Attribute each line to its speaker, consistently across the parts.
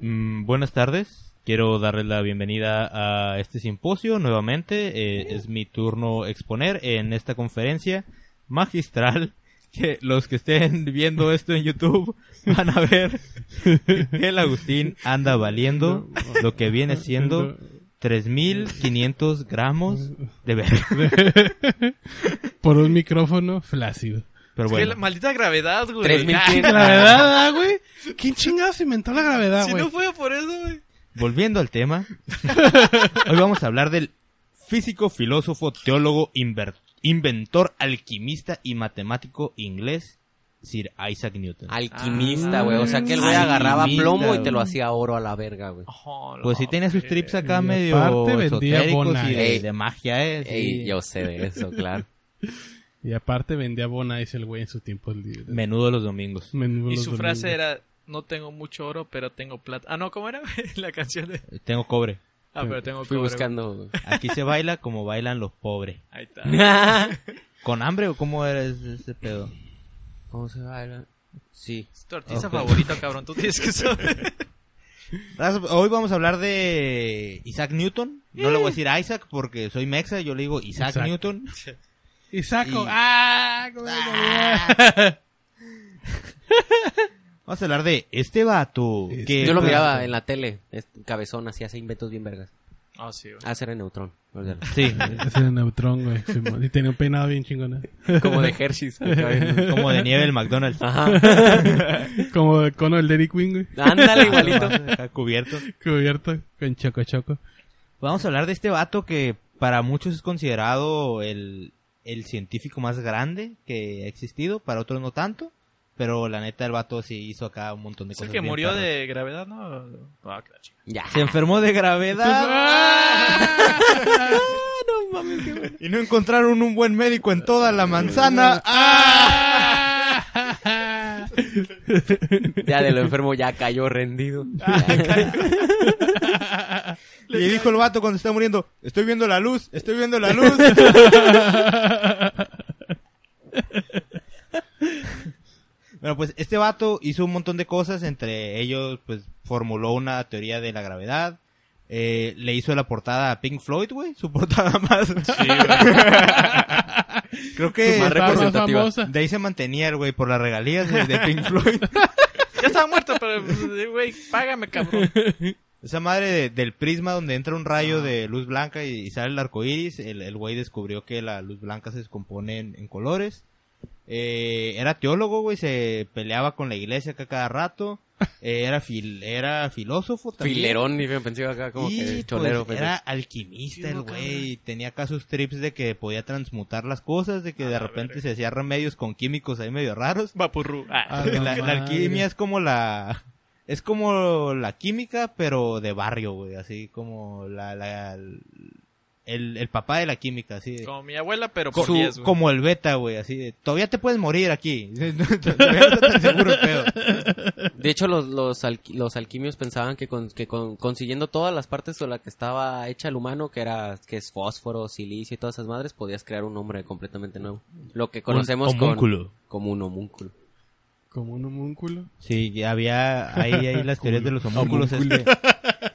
Speaker 1: Mm, buenas tardes. Quiero darles la bienvenida a este simposio nuevamente. Eh, es mi turno exponer en esta conferencia magistral que los que estén viendo esto en YouTube van a ver que el Agustín anda valiendo lo que viene siendo 3.500 gramos de verga.
Speaker 2: Por un micrófono flácido.
Speaker 1: Pero
Speaker 3: Es que la
Speaker 1: bueno,
Speaker 3: maldita gravedad, güey.
Speaker 4: 3.500.
Speaker 3: Ya,
Speaker 2: ¿Gravedad, ah, güey? ¿Quién chingados inventó la gravedad,
Speaker 3: Si
Speaker 2: güey?
Speaker 3: no fuera por eso, güey.
Speaker 1: volviendo al tema, hoy vamos a hablar del físico, filósofo, teólogo, inver- inventor, alquimista y matemático inglés Sir Isaac Newton.
Speaker 4: Alquimista, güey. O sea que el güey
Speaker 1: Ah. Alquimista,
Speaker 4: agarraba plomo y
Speaker 1: güey.
Speaker 4: te lo hacía oro a la verga, güey.
Speaker 3: Oh,
Speaker 1: Pues sí
Speaker 3: no,
Speaker 1: tenía sus
Speaker 3: güey.
Speaker 1: trips acá
Speaker 2: Y
Speaker 1: medio
Speaker 2: aparte vendía
Speaker 1: esotéricos y
Speaker 2: Bonai.
Speaker 1: de, de magia, eh. sí.
Speaker 4: Ey, yo sé de eso, claro.
Speaker 2: Y aparte vendía Bon Ice el güey en sus tiempos libres.
Speaker 1: Menudo los domingos.
Speaker 2: Menudo
Speaker 3: Y
Speaker 2: los
Speaker 3: su frase
Speaker 2: domingos.
Speaker 3: era, no tengo mucho oro, pero tengo plata. Ah, no, ¿cómo era? güey? la canción de...
Speaker 1: Tengo cobre.
Speaker 3: Ah, pero tengo
Speaker 4: Fui
Speaker 3: cobre,
Speaker 4: buscando. güey.
Speaker 1: Aquí se baila como bailan los pobres.
Speaker 3: güey. Ahí está.
Speaker 1: ¿Con hambre o cómo era ese, ese pedo?
Speaker 4: ¿Cómo se baila? Sí.
Speaker 3: Es tu artista
Speaker 1: Ok.
Speaker 3: favorito, cabrón. Tú tienes que saber.
Speaker 1: Raza, Hoy vamos a hablar de Isaac Newton. No le voy a decir Isaac porque soy mexa, yo le digo Isaac,
Speaker 2: Isaac.
Speaker 1: Newton.
Speaker 2: Y saco.
Speaker 1: Y-
Speaker 2: ¡Ah! güey,
Speaker 1: Vamos a hablar de este vato.
Speaker 2: Este
Speaker 1: Que
Speaker 4: Yo lo
Speaker 2: pues,
Speaker 4: miraba en la tele. este, Cabezón, así hace inventos bien vergas.
Speaker 3: Ah, sí, güey.
Speaker 4: Ah, era Neutron. olvídalo.
Speaker 1: Sí,
Speaker 2: güey. Ese era Neutron, güey. Simón. Y tenía un peinado bien chingón. ¿eh?
Speaker 4: Como de Hershey's. acá.
Speaker 1: como de nieve el McDonald's.
Speaker 4: Ajá.
Speaker 2: Como el cono del Dairy Queen, güey.
Speaker 4: Ándale, igualito.
Speaker 1: Está cubierto.
Speaker 2: Cubierto con choco choco.
Speaker 1: Vamos a hablar de este vato que para muchos es considerado el, el científico más grande que ha existido, para otros no tanto, pero la neta el vato sí hizo acá un montón de
Speaker 3: Es el
Speaker 1: cosas.
Speaker 3: que
Speaker 1: bien
Speaker 3: murió
Speaker 1: perras.
Speaker 3: de gravedad, ¿no? Ah, que la chica.
Speaker 4: Ya.
Speaker 1: Se enfermó de gravedad y no encontraron un buen médico en toda la
Speaker 3: Ah,
Speaker 1: manzana.
Speaker 4: Ya de lo enfermo ya cayó rendido.
Speaker 1: Ah, Y dijo el vato cuando está muriendo, estoy viendo la luz, estoy viendo la luz. bueno, pues este vato hizo un montón de cosas, entre ellos, pues formuló una teoría de la gravedad. eh, le hizo la portada a Pink Floyd, güey, su portada más. Creo que
Speaker 4: Más
Speaker 2: Estaba más
Speaker 4: representativa.
Speaker 2: famosa.
Speaker 1: de ahí se mantenía el güey por las regalías güey, de Pink Floyd.
Speaker 3: Ya estaba muerto, pero, pues, güey, págame, cabrón.
Speaker 1: Esa madre de- del prisma donde entra un rayo de luz blanca y, y sale el arco iris, el el güey descubrió que la luz blanca se descompone en, en colores. Eh, era teólogo, güey, se peleaba con la iglesia acá cada rato. Eh, era, fil- era filósofo también.
Speaker 4: Filerón y bien pensado acá como
Speaker 1: Y,
Speaker 4: que
Speaker 1: pues,
Speaker 4: cholero. pues.
Speaker 1: era alquimista el güey, tenía acá sus trips de que podía transmutar las cosas, de que de repente se hacía remedios con químicos ahí medio raros.
Speaker 3: Vapurru. Ah.
Speaker 2: Ah,
Speaker 1: Porque
Speaker 2: no
Speaker 1: la, la
Speaker 2: madre.
Speaker 1: alquimia es como la es como la química pero de barrio güey así como la, la el, el papá de la química así de-
Speaker 3: Como mi abuela, pero
Speaker 1: Co-
Speaker 3: por 10,
Speaker 1: su-
Speaker 3: güey.
Speaker 1: como el beta güey así de, todavía te puedes morir aquí todavía no estás tan seguro el pedo.
Speaker 4: De hecho, los, los, alqui- los alquimios pensaban que, con, que con- consiguiendo todas las partes de la que estaba hecha el humano, que era que es fósforo, silicio y todas esas madres, podías crear un hombre completamente nuevo. Lo que conocemos
Speaker 1: Un
Speaker 4: con-
Speaker 1: homúnculo.
Speaker 4: como un homúnculo.
Speaker 2: Como un homúnculo.
Speaker 1: Sí, y había ahí, ahí las teorías de los homúnculos. es que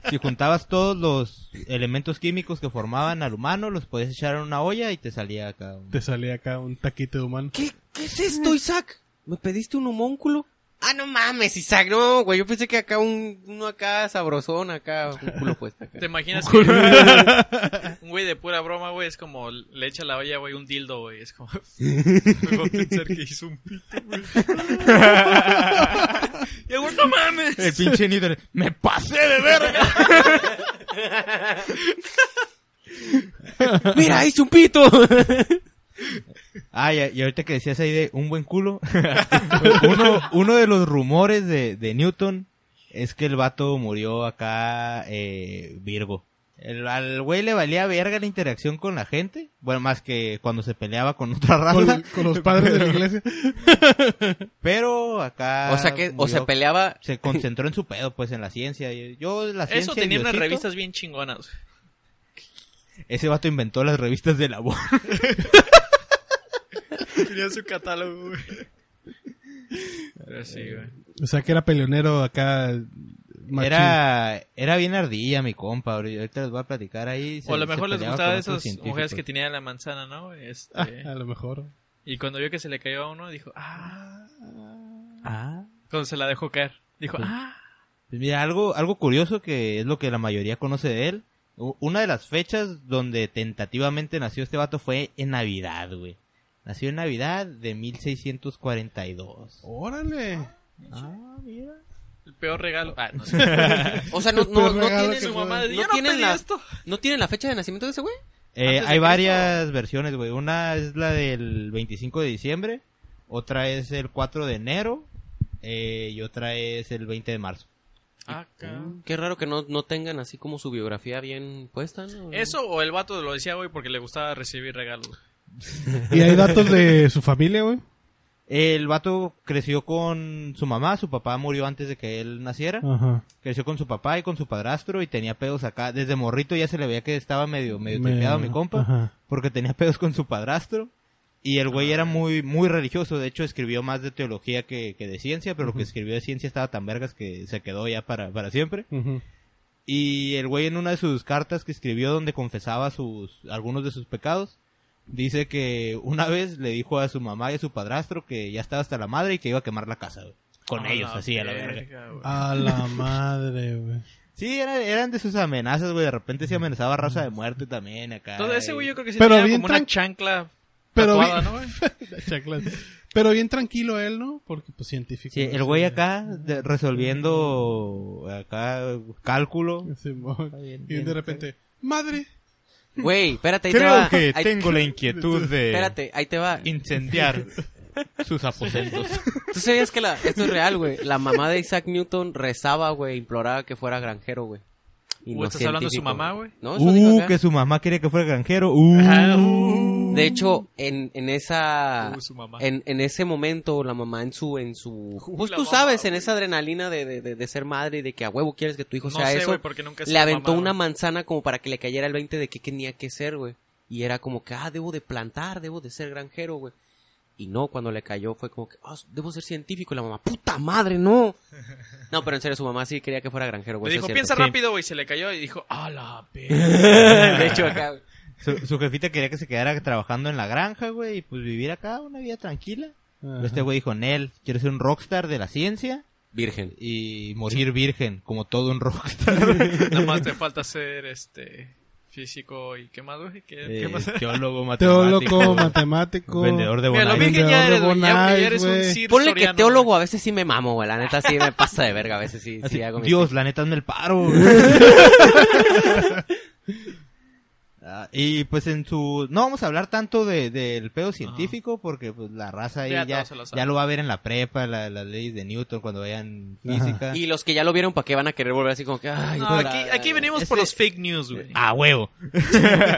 Speaker 1: si juntabas todos los elementos químicos que formaban al humano, los podías echar en una olla y te salía acá. un-
Speaker 2: Te salía acá un taquito de humano.
Speaker 4: ¿Qué, ¿Qué es esto, Isaac? ¿Me pediste un homúnculo? Mm. Ah, no mames, Isaac, no, güey. Yo pensé que acá un, uno acá sabrosón, acá, un culo puesto acá.
Speaker 3: ¿Te imaginas que un güey de pura broma, güey, es como le echa a la olla, güey, un dildo, güey? Es como. Me va a pensar que hizo un pito, güey. y el güey, no mames.
Speaker 1: El pinche Nieder, me pasé de verga.
Speaker 4: ¡Mira, hice un pito!
Speaker 1: Ah, y, y ahorita que decías ahí de un buen culo, uno, uno de los rumores de, de Newton es que el vato murió acá eh, Virgo. El, al güey le valía verga la interacción con la gente, bueno, más que cuando se peleaba con otra raza,
Speaker 2: Con, con los padres de la iglesia.
Speaker 1: pero acá...
Speaker 4: o sea que, o se
Speaker 1: murió-
Speaker 4: peleaba.
Speaker 1: se concentró en su pedo, pues, en la ciencia. Y Yo, la ciencia...
Speaker 3: Eso tenía unas
Speaker 1: Diosito,
Speaker 3: revistas bien chingonas. güey.
Speaker 1: Ese vato inventó las revistas de labor.
Speaker 3: Tenía su catálogo, güey. Pero sí, güey.
Speaker 1: Eh,
Speaker 2: O sea que era peleonero acá machín.
Speaker 1: Era, era bien ardilla mi compa, ahori- ahorita les voy a platicar ahí. se-
Speaker 3: o a lo
Speaker 1: se
Speaker 3: mejor les
Speaker 1: peleaba
Speaker 3: gustaba
Speaker 1: con
Speaker 3: de
Speaker 1: otros
Speaker 3: esas mujeres
Speaker 1: científicos.
Speaker 3: que tenían la manzana, ¿no? Este,
Speaker 2: A lo mejor.
Speaker 3: y cuando vio que se le cayó a uno, dijo, ah.
Speaker 1: Ah,
Speaker 3: Cuando se la dejó caer, dijo, ah.
Speaker 1: Pues mira, algo, algo curioso que es lo que la mayoría conoce de él. u- Una de las fechas donde tentativamente nació este vato fue en Navidad, güey. Nació en Navidad de 1642.
Speaker 2: Órale.
Speaker 1: Ah, mira.
Speaker 3: El peor regalo. Ah, no sé.
Speaker 4: O sea, no,
Speaker 2: Pero
Speaker 4: no, no
Speaker 2: regalo
Speaker 4: tienen,
Speaker 2: que
Speaker 3: su
Speaker 2: fue.
Speaker 3: mamá de,
Speaker 4: no
Speaker 3: yo no,
Speaker 4: tienen
Speaker 3: pedí
Speaker 4: la-
Speaker 3: esto.
Speaker 4: ¿no tienen la fecha de nacimiento de ese güey.
Speaker 1: Eh,
Speaker 4: Antes de
Speaker 1: hay
Speaker 4: Cristo.
Speaker 1: varias versiones, güey. Una es la del 25 de diciembre, otra es el 4 de enero eh, y otra es el 20 de marzo.
Speaker 3: Ah, cabrón.
Speaker 1: Mm.
Speaker 4: Qué raro que no, no tengan así como su biografía bien puesta, ¿no?
Speaker 3: Eso o el vato lo decía, güey, porque le gustaba recibir regalos.
Speaker 2: ¿Y hay datos de su familia, güey?
Speaker 1: El vato creció con su mamá, su papá murió antes de que él naciera.
Speaker 2: Ajá.
Speaker 1: creció con su papá y con su padrastro y tenía pedos acá. Desde morrito ya se le veía que estaba medio, medio
Speaker 2: Me-
Speaker 1: tripeado mi compa,
Speaker 2: Ajá.
Speaker 1: porque tenía pedos con su padrastro. Y el güey era muy, muy religioso, de hecho escribió más de teología que, que de ciencia, pero lo que escribió de ciencia estaba tan vergas que se quedó ya para, para siempre.
Speaker 2: Ujú.
Speaker 1: Y el güey en una de sus cartas que escribió donde confesaba sus, algunos de sus pecados, dice que una vez le dijo a su mamá y a su padrastro que ya estaba hasta la madre y que iba a quemar la casa, güey.
Speaker 4: Ah,
Speaker 3: Ah,
Speaker 1: Con ellos, así, a la verga.
Speaker 3: güey.
Speaker 2: A la madre, güey.
Speaker 1: Sí, era- eran de sus amenazas, güey. De repente se amenazaba raza de muerte también acá.
Speaker 3: Todo ese güey yo creo que sí
Speaker 2: Pero
Speaker 3: tenía
Speaker 2: bien
Speaker 3: como una
Speaker 2: tran-
Speaker 3: chancla
Speaker 2: Pero
Speaker 3: tatuada,
Speaker 2: bien-
Speaker 3: ¿no, güey?
Speaker 2: Chaclas. Pero bien tranquilo él, ¿no? Porque pues científico.
Speaker 1: Sí, el
Speaker 2: ¿no?
Speaker 1: güey
Speaker 2: Sí,
Speaker 1: acá de- resolviendo acá cálculo.
Speaker 2: Simón.
Speaker 1: bien,
Speaker 2: y de
Speaker 1: bien.
Speaker 2: repente, madre.
Speaker 4: Güey, espérate, ahí te va. Ahí-
Speaker 1: la inquietud de
Speaker 4: Espérate, ahí te va.
Speaker 1: incendiar sus aposentos.
Speaker 4: ¿Tú sabías que la, esto es real, güey? La mamá de Isaac Newton rezaba, güey, imploraba que fuera granjero, güey. Y
Speaker 3: Uh, ¿estás hablando de su mamá, güey?
Speaker 4: No, Oh, eso digo
Speaker 1: Uh,
Speaker 4: acá.
Speaker 1: que su mamá quería que fuera granjero. Uh.
Speaker 3: Ajá, uh.
Speaker 4: De hecho, en, en esa...
Speaker 3: Uh, su mamá. Uh,
Speaker 4: En, en ese momento, la mamá en su... En su pues
Speaker 3: la
Speaker 4: tú
Speaker 3: mamá,
Speaker 4: sabes, en
Speaker 3: güey.
Speaker 4: esa adrenalina de, de, de- de ser madre y de que a huevo quieres que tu hijo
Speaker 3: No
Speaker 4: sea
Speaker 3: sé,
Speaker 4: eso,
Speaker 3: güey, porque nunca he
Speaker 4: le
Speaker 3: sido
Speaker 4: aventó
Speaker 3: mamá,
Speaker 4: una
Speaker 3: güey.
Speaker 4: manzana como para que le cayera el 20 de qué tenía que ser, güey. Y era como que, ah, debo de plantar, debo de ser granjero, güey. Y no, cuando le cayó fue como que, ah, debo ser científico. Y la mamá, puta madre, no. No, pero en serio, su mamá sí quería que fuera
Speaker 3: Le
Speaker 4: granjero, güey. eso
Speaker 3: dijo,
Speaker 4: es
Speaker 3: piensa
Speaker 4: cierto.
Speaker 3: rápido, güey, se le cayó y dijo, a la verga.
Speaker 4: de hecho, acá, güey.
Speaker 1: Su, su jefita quería que se quedara trabajando en la granja, güey, y pues vivir acá una vida tranquila. Pero Este güey dijo, Nel, quiero ser un rockstar de la ciencia
Speaker 4: Virgen.
Speaker 1: y morir virgen, como todo un rockstar.
Speaker 3: Nada más te falta ser este físico y qué más, güey. ¿Qué, qué
Speaker 1: Eh,
Speaker 3: más?
Speaker 1: teólogo, matemático,
Speaker 2: Teólogo, matemático.
Speaker 1: vendedor de
Speaker 3: Mira, lo
Speaker 1: bonais.
Speaker 2: vi-
Speaker 3: virgen ya eres, güey. Ya,
Speaker 2: Bonais,
Speaker 3: ya eres un
Speaker 2: güey.
Speaker 3: Sir
Speaker 4: Ponle que
Speaker 3: Soriano,
Speaker 4: teólogo a veces sí me mamo, güey. La neta sí me pasa de verga a veces sí,
Speaker 1: Así,
Speaker 4: sí hago mis-
Speaker 1: Dios, la neta, en el paro. güey. Ah, y pues en su... No vamos a hablar tanto de- del pedo científico porque pues la raza ahí
Speaker 3: Ya
Speaker 1: ya,
Speaker 3: todos se lo saben.
Speaker 1: ya lo va a ver en la prepa, la- las leyes de Newton cuando vayan física.
Speaker 4: Y los que ya lo vieron, ¿para qué van a querer volver así como que, ay,
Speaker 3: güey. No,
Speaker 4: otra
Speaker 3: aquí,
Speaker 4: vez,
Speaker 3: aquí
Speaker 4: güey?
Speaker 3: venimos
Speaker 1: Este-
Speaker 3: por los fake news, güey.
Speaker 1: A huevo.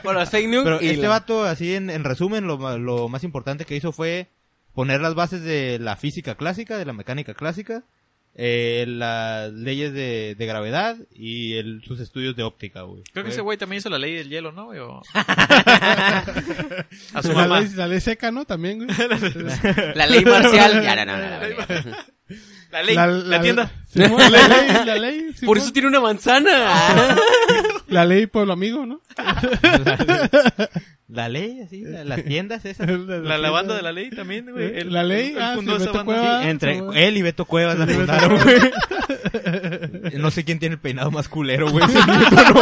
Speaker 4: Por las fake news
Speaker 1: Pero
Speaker 4: y
Speaker 1: este
Speaker 4: la-
Speaker 1: vato, así en, en resumen, lo, ma- lo más importante que hizo fue poner las bases de la física clásica, de la mecánica clásica, eh, las leyes de, de gravedad y el- sus estudios de óptica, güey.
Speaker 3: Creo que
Speaker 1: Fue-
Speaker 3: ese güey también hizo la ley del hielo, ¿no, güey? O- a su
Speaker 2: La
Speaker 3: mamá.
Speaker 2: ley, la ley seca, ¿no? También, güey.
Speaker 4: la ley marcial. Ya, no, no, no, no, no, no.
Speaker 3: La ley, la,
Speaker 2: La- la-
Speaker 3: tienda.
Speaker 2: Simón, la ley, la ley.
Speaker 4: Por
Speaker 2: Simón.
Speaker 4: eso tiene una manzana.
Speaker 2: La ley Pueblo Amigo, ¿no?
Speaker 1: La ley, así, la- las tiendas esas.
Speaker 3: La lavanda de la ley también, güey. Él-
Speaker 2: La ley,
Speaker 3: él
Speaker 2: ah,
Speaker 3: fundó
Speaker 2: sí,
Speaker 3: esa
Speaker 2: Beto
Speaker 3: banda.
Speaker 2: Cueva.
Speaker 1: Sí, entre
Speaker 2: no.
Speaker 1: él y Beto Cuevas la fundaron, güey. No sé quién tiene el peinado más culero, güey. si Newton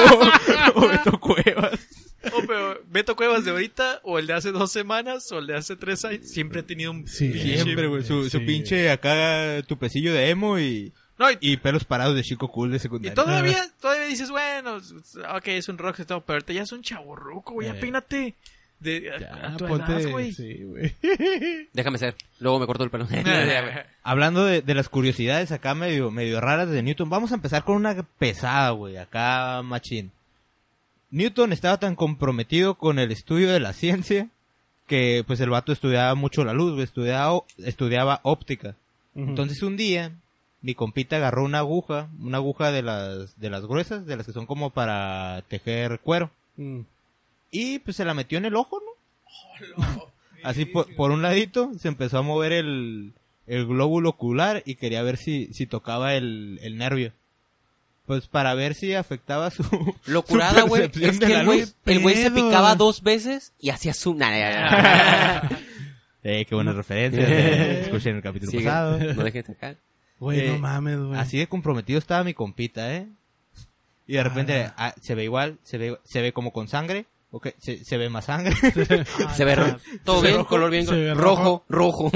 Speaker 1: o- o Beto Cuevas.
Speaker 3: Oh, pero Beto Cuevas de ahorita, o el de hace dos semanas, o el de hace tres años, siempre ha tenido un...
Speaker 2: Sí.
Speaker 1: Siempre, güey. Su, su
Speaker 2: Sí.
Speaker 1: pinche acá tupecillo de emo y...
Speaker 3: No, y,
Speaker 1: Y pelos parados de chico cool de
Speaker 3: y
Speaker 1: secundaria.
Speaker 3: todavía, todavía dices, bueno, ok, es un rock, pero ahorita ya es un chaburruco, güey, ya
Speaker 1: Eh.
Speaker 3: peínate de, a- a
Speaker 2: Ya,
Speaker 3: tu
Speaker 2: ponte-
Speaker 3: edad, güey.
Speaker 2: Sí, güey.
Speaker 4: Déjame ser. Luego me corto el pelo.
Speaker 1: Hablando de, de las curiosidades acá medio, medio raras de Newton, vamos a empezar con una pesada, güey, acá machín. Newton estaba tan comprometido con el estudio de la ciencia que pues el vato estudiaba mucho la luz, güey, estudiaba, estudiaba óptica. Entonces un día mi compita agarró una aguja, una aguja de las, de las gruesas, de las que son como para tejer cuero.
Speaker 2: Mm.
Speaker 1: Y pues se la metió en el ojo, ¿no? Así por, por un ladito se empezó a mover el, el glóbulo ocular y quería ver si, si tocaba el, el nervio. pues para ver si afectaba su...
Speaker 4: Lo curada, güey,
Speaker 1: percepción
Speaker 4: es
Speaker 1: de
Speaker 4: que
Speaker 1: la
Speaker 4: el güey,
Speaker 1: luz.
Speaker 4: el güey se
Speaker 2: Pedo.
Speaker 4: picaba dos veces y hacía su... Nah, nah, nah, nah.
Speaker 1: Eh, qué buenas referencias. eh, Escuchen el capítulo
Speaker 4: Sigue.
Speaker 1: pasado.
Speaker 4: No dejes acá.
Speaker 2: Güey,
Speaker 1: Eh,
Speaker 2: no mames, güey.
Speaker 1: Así de comprometido estaba mi compita, ¿eh? Y de repente ah, se ve igual, se ve, se ve como con sangre. Ok, se, se ve más sangre. Ah,
Speaker 4: Se ve ro- todo
Speaker 2: Se ve
Speaker 4: bien,
Speaker 2: rojo,
Speaker 4: color bien,
Speaker 2: se ve
Speaker 4: rojo, rojo.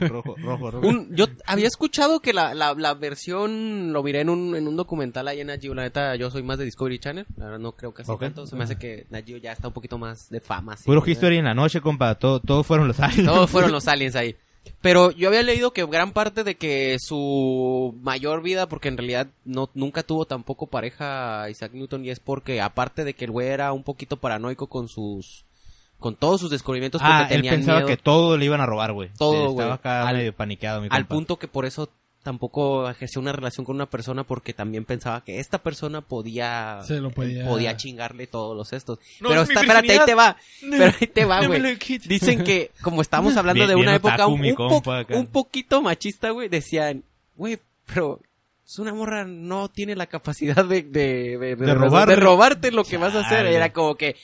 Speaker 1: rojo, rojo, rojo.
Speaker 4: Un- yo había escuchado que la, la, la versión lo miré en un, en un documental ahí en Nagio. La neta, yo soy más de Discovery Channel. La verdad, no creo que así
Speaker 1: Ok.
Speaker 4: tanto. Se me hace que Nagio ya está un poquito más de fama. así,
Speaker 1: Puro
Speaker 4: ¿verdad?
Speaker 1: history en la noche, compa. Todo, todo fueron los aliens.
Speaker 4: Todos fueron los aliens ahí. Pero yo había leído que gran parte de que su mayor vida, porque en realidad no, nunca tuvo tampoco pareja Isaac Newton, y es porque aparte de que el güey era un poquito paranoico con sus, con todos sus descubrimientos, porque
Speaker 1: ah, él
Speaker 4: tenían
Speaker 1: pensaba
Speaker 4: miedo.
Speaker 1: que todo le iban a robar, güey.
Speaker 4: Todo,
Speaker 1: Sí,
Speaker 4: güey.
Speaker 1: Estaba acá
Speaker 4: Al-
Speaker 1: medio paniqueado, mi
Speaker 4: Al
Speaker 1: compa.
Speaker 4: punto que por eso tampoco ejerció una relación con una persona porque también pensaba que esta persona podía
Speaker 2: Se lo podía-
Speaker 4: podía chingarle todos los estos.
Speaker 3: No,
Speaker 4: pero
Speaker 3: es mi
Speaker 4: está, espérate, ahí
Speaker 3: virginidad.
Speaker 4: te va.
Speaker 3: No,
Speaker 4: pero ahí te va,
Speaker 3: no me
Speaker 4: güey.
Speaker 3: lo quites.
Speaker 4: Dicen que como estábamos hablando
Speaker 1: Bien-
Speaker 4: de una
Speaker 1: bien
Speaker 4: época
Speaker 1: otaku,
Speaker 4: un,
Speaker 1: mi
Speaker 4: un po-
Speaker 1: compa, acá.
Speaker 4: un poquito machista, güey, decían, güey, pero es una morra no tiene la capacidad de de, de- de- de-
Speaker 1: robarle.
Speaker 4: de robarte lo que vas a hacer.
Speaker 1: Chale.
Speaker 4: Era como que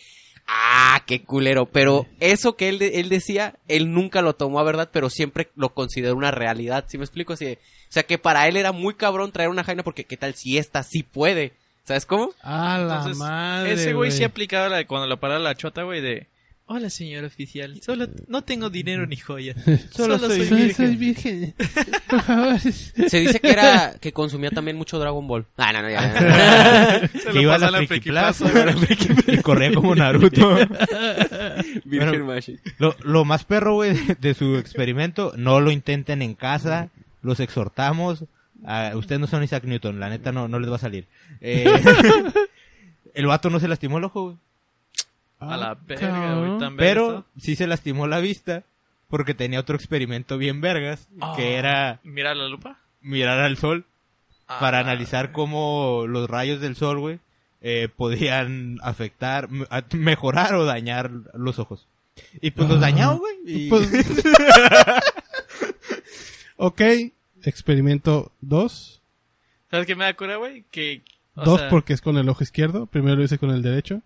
Speaker 4: Ah, qué culero. Pero eso que él, de- él decía, él nunca lo tomó a verdad, pero siempre lo consideró una realidad. ¿Sí me explico? Así de- o sea, que para él era muy cabrón traer una jaina porque qué tal si esta sí puede. ¿Sabes cómo?
Speaker 2: A la
Speaker 3: Entonces,
Speaker 2: madre.
Speaker 3: Ese güey sí aplicaba la, cuando lo paraba la chota, güey, de... Hola, señor oficial. Solo no tengo dinero ni joyas. Solo, soy,
Speaker 2: Soy-
Speaker 3: virgen".
Speaker 2: soy virgen. Por favor.
Speaker 4: Se dice que era que consumía también mucho Dragon Ball. Ah, no, no, ya. ya.
Speaker 3: Se
Speaker 1: que
Speaker 3: lo
Speaker 1: iba a
Speaker 3: pasa
Speaker 1: la
Speaker 3: a la
Speaker 1: Friki
Speaker 3: Friki
Speaker 1: Plaza,
Speaker 3: Plaza,
Speaker 1: y corría como Naruto.
Speaker 4: Virgen
Speaker 1: Bueno,
Speaker 4: Mashi.
Speaker 1: Lo, lo más perro, güey, de, de su experimento, no lo intenten en casa, los exhortamos. Ah, ustedes no son Isaac Newton, la neta no, no les va a salir. Eh, el vato no se lastimó el ojo, güey.
Speaker 3: A la verga,
Speaker 2: Cabrón.
Speaker 3: güey. tan verga
Speaker 1: Pero
Speaker 3: está.
Speaker 1: sí se lastimó la vista porque tenía otro experimento bien vergas, que
Speaker 3: Ah.
Speaker 1: era
Speaker 3: Mira la lupa.
Speaker 1: mirar al sol
Speaker 3: Ah,
Speaker 1: para analizar cómo los rayos del sol, güey, eh, podían afectar, me- a- mejorar o dañar los ojos. Y pues los
Speaker 2: Ah.
Speaker 1: dañó, güey. y-
Speaker 2: Pues- ok, experimento 2.
Speaker 3: ¿Sabes qué me da cura, güey? Que... o
Speaker 2: 2
Speaker 3: sea,
Speaker 2: porque es con el ojo izquierdo. Primero lo hice con el derecho.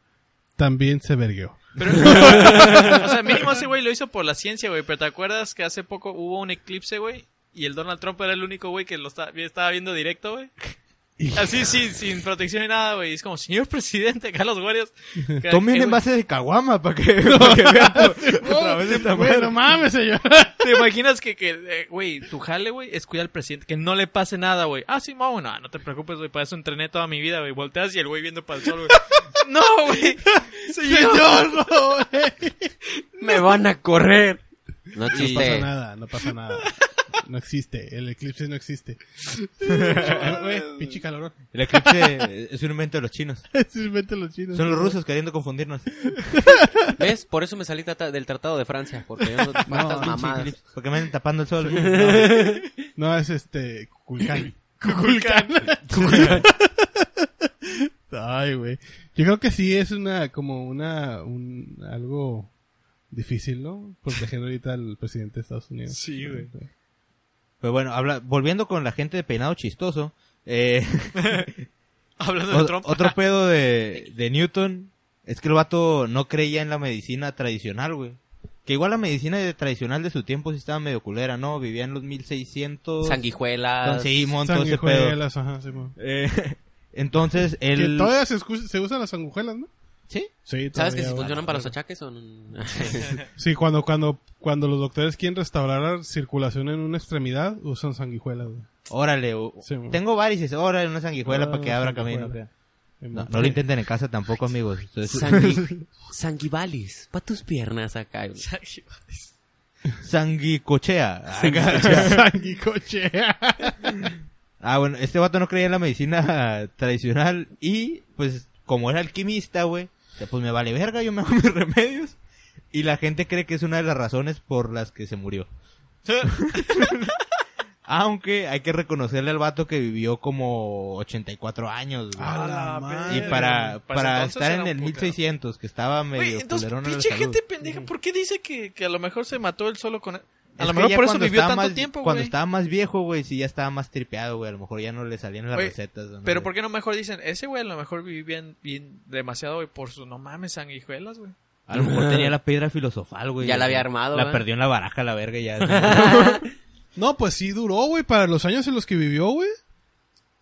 Speaker 2: También se vergueó.
Speaker 3: Pero, o sea, mínimo ese güey lo hizo por la ciencia, güey. Pero ¿te acuerdas que hace poco hubo un eclipse, güey? Y el Donald Trump era el único, güey, que lo esta- estaba viendo directo, güey. Así, sin, sin protección ni nada, güey. Es como, señor presidente, Carlos Guardias.
Speaker 1: Tomen
Speaker 3: Eh,
Speaker 1: en base de caguama para que, pa' que vean por- a través de esta madre.
Speaker 2: Bueno, mames, señor.
Speaker 3: güey, ¿Te imaginas que, que, eh, güey, tu jale, güey, es cuidar al presidente, que no le pase nada, güey? Ah, sí, mau, no, no te preocupes, güey, para eso entrené toda mi vida, güey. Volteas y el güey viendo para el sol, güey. No, güey.
Speaker 2: señor, no, güey.
Speaker 4: Me van a correr. No
Speaker 2: No pasa
Speaker 4: existe.
Speaker 2: nada, no pasa nada. No existe, el eclipse no existe. Eh, Güey, pinche calorón.
Speaker 1: El eclipse es un invento de los chinos.
Speaker 2: Simplemente los chinos.
Speaker 1: Son los rusos queriendo confundirnos.
Speaker 4: ¿Ves? Por eso me salí trata- del Tratado de Francia, porque yo no tantas mamadas.
Speaker 1: Porque me andan tapando el sol.
Speaker 2: No, es este. Kukulcán.
Speaker 3: Kukulcán.
Speaker 2: Ay, güey. Yo creo que sí es una, como una, un, algo difícil, ¿no? Proteger ahorita al presidente de Estados Unidos.
Speaker 3: Sí, güey.
Speaker 1: Pero bueno, habla, volviendo con la gente de peinado chistoso. Eh,
Speaker 3: Hablando de
Speaker 1: o-
Speaker 3: Trump.
Speaker 1: otro pedo de, de Newton es que el vato no creía en la medicina tradicional, güey. Que igual la medicina de- tradicional de su tiempo sí estaba medio culera, ¿no? Vivía en los 1600.
Speaker 4: Sanguijuelas.
Speaker 1: Sí, mon, todo ese pedo.
Speaker 2: Sanguijuelas, ajá, sí, mo.
Speaker 1: Eh, entonces,
Speaker 2: Que
Speaker 1: él...
Speaker 2: todavía se, escu- se usan las sanguijuelas, ¿no?
Speaker 1: ¿Sí?
Speaker 2: Sí,
Speaker 4: ¿Sabes que
Speaker 2: todavía,
Speaker 4: si
Speaker 2: güey.
Speaker 4: funcionan para los achaques o no?
Speaker 2: Sí, cuando, cuando, cuando los doctores quieren restaurar la circulación en una extremidad, usan sanguijuelas, güey.
Speaker 1: Órale, o-
Speaker 2: Sí, mo.
Speaker 1: tengo varices, órale, una sanguijuela
Speaker 2: Ah,
Speaker 1: para que abra
Speaker 2: sanguijuela.
Speaker 1: camino.
Speaker 2: Sí,
Speaker 1: No,
Speaker 2: mo.
Speaker 1: no lo intenten en casa tampoco, amigos. Entonces,
Speaker 4: Sangui- sanguivalis. Pa' tus piernas acá. güey.
Speaker 1: sanguicochea.
Speaker 2: Sanguicochea.
Speaker 1: Ah, bueno, este vato no creía en la medicina tradicional y, pues, como era alquimista, güey, decía, pues me vale verga, yo me hago mis remedios. Y la gente cree que es una de las razones por las que se murió. Aunque hay que reconocerle al vato que vivió como 84 años, güey.
Speaker 3: Ah,
Speaker 2: A la madre.
Speaker 1: y para,
Speaker 3: Pues
Speaker 1: para
Speaker 3: entonces
Speaker 1: estar en
Speaker 3: era un
Speaker 1: el
Speaker 3: putero.
Speaker 1: 1600, que estaba medio
Speaker 3: Güey, entonces,
Speaker 1: culerón en la
Speaker 3: pinche
Speaker 1: salud.
Speaker 3: gente pendeja, ¿por qué dice que, que a lo mejor se mató él solo con... A
Speaker 1: Es
Speaker 3: lo
Speaker 1: que
Speaker 3: mejor
Speaker 1: ya
Speaker 3: por eso
Speaker 1: cuando
Speaker 3: vivió
Speaker 1: estaba
Speaker 3: tanto
Speaker 1: más-
Speaker 3: tiempo,
Speaker 1: Cuando
Speaker 3: güey.
Speaker 1: estaba más viejo, güey, sí ya estaba más tripeado, güey. A lo mejor ya no le salían las
Speaker 3: Güey,
Speaker 1: recetas. o no
Speaker 3: Pero
Speaker 1: sé.
Speaker 3: ¿por qué no mejor dicen? Ese güey a lo mejor vivía bien, bien demasiado, güey, por su no mames sanguijuelas, güey.
Speaker 1: A lo mejor tenía la piedra filosofal, güey.
Speaker 4: Ya la había armado,
Speaker 1: La
Speaker 4: ¿verdad?
Speaker 1: perdió en la baraja, la verga, ya.
Speaker 2: No, pues sí duró, güey, para los años en los que vivió, güey.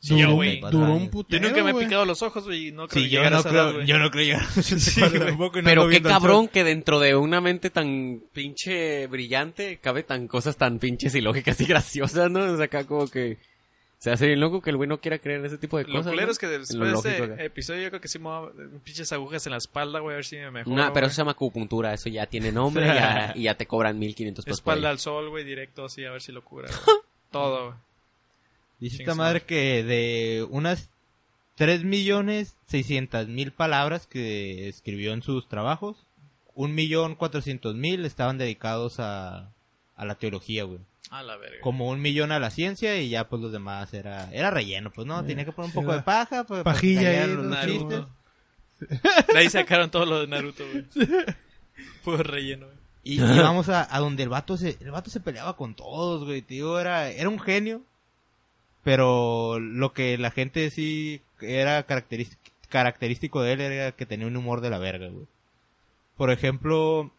Speaker 3: Sí,
Speaker 2: Duró,
Speaker 3: güey.
Speaker 2: duró un
Speaker 3: Yo
Speaker 2: putero,
Speaker 3: nunca me he
Speaker 2: güey.
Speaker 3: picado los ojos, güey, y no creo
Speaker 1: sí,
Speaker 3: que
Speaker 1: yo
Speaker 3: llegara
Speaker 1: no,
Speaker 3: a esa edad,
Speaker 1: creo,
Speaker 3: güey.
Speaker 1: yo no creo llegar a los 84 tampoco, y no
Speaker 4: Pero
Speaker 1: lo
Speaker 4: qué
Speaker 1: viendo al sol.
Speaker 4: cabrón que dentro de una mente tan pinche brillante cabe tan cosas tan pinches y lógicas y graciosas, ¿no? O sea, acá como que se hace bien loco que el güey no quiera creer en ese tipo de
Speaker 3: Lo
Speaker 4: cosas.
Speaker 3: culero
Speaker 4: ¿no?
Speaker 3: es que
Speaker 4: Lo
Speaker 3: después de
Speaker 4: lógico
Speaker 3: este
Speaker 4: acá.
Speaker 3: episodio yo creo que sí me voy a pinches agujas en la espalda, güey, a ver si me mejoro.
Speaker 4: Nah,
Speaker 3: güey.
Speaker 4: pero eso se llama acupuntura, eso ya tiene nombre ya- y ya te cobran 1500 pesos. por
Speaker 3: Espalda
Speaker 4: ello.
Speaker 3: al sol, güey, directo así, a ver si lo cura. güey. Todo, güey.
Speaker 1: Dice
Speaker 3: Chingue
Speaker 1: esta
Speaker 3: su
Speaker 1: madre que de unas 3 millones 600 mil palabras que escribió en sus trabajos, un millón 400 mil estaban dedicados a, a la teología, güey.
Speaker 3: A la verga.
Speaker 1: Como un millón a la ciencia y ya pues los demás era era relleno, pues no, tenía que poner un poco
Speaker 2: era
Speaker 1: de paja, pues, para
Speaker 2: pajilla
Speaker 1: callar
Speaker 2: ahí,
Speaker 1: los
Speaker 2: ¿no?
Speaker 1: chistes.
Speaker 3: Naruto. De ahí sacaron todo lo de Naruto, güey. Puro relleno, güey.
Speaker 1: Y, y vamos a, a donde el vato se el vato se peleaba con todos, güey, tío, era era un genio. Pero lo que la gente sí era característico, característico de él era que tenía un humor de la verga, güey. Por ejemplo,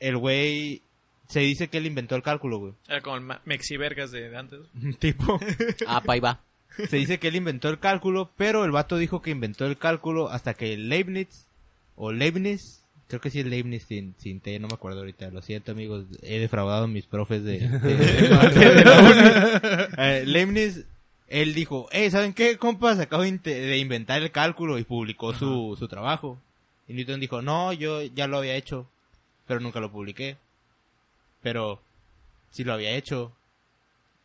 Speaker 1: el güey se dice que él inventó el cálculo, güey.
Speaker 3: Era como el ma- Mexivergas de de antes.
Speaker 1: Tipo,
Speaker 4: Ah, pa' ahí va.
Speaker 1: se dice que él inventó el cálculo, pero el vato dijo que inventó el cálculo hasta que Leibniz o Leibniz, creo que sí es Leibniz sin, sin T, no me acuerdo ahorita, lo siento amigos, he defraudado a mis profes de, de- de- de la uni. Eh, Leibniz, él dijo, eh, ¿saben qué, compas? Acabo de, inte- de inventar el cálculo y publicó su, su trabajo. Y Newton dijo, no, yo ya lo había hecho, pero nunca lo publiqué. Pero sí lo había hecho.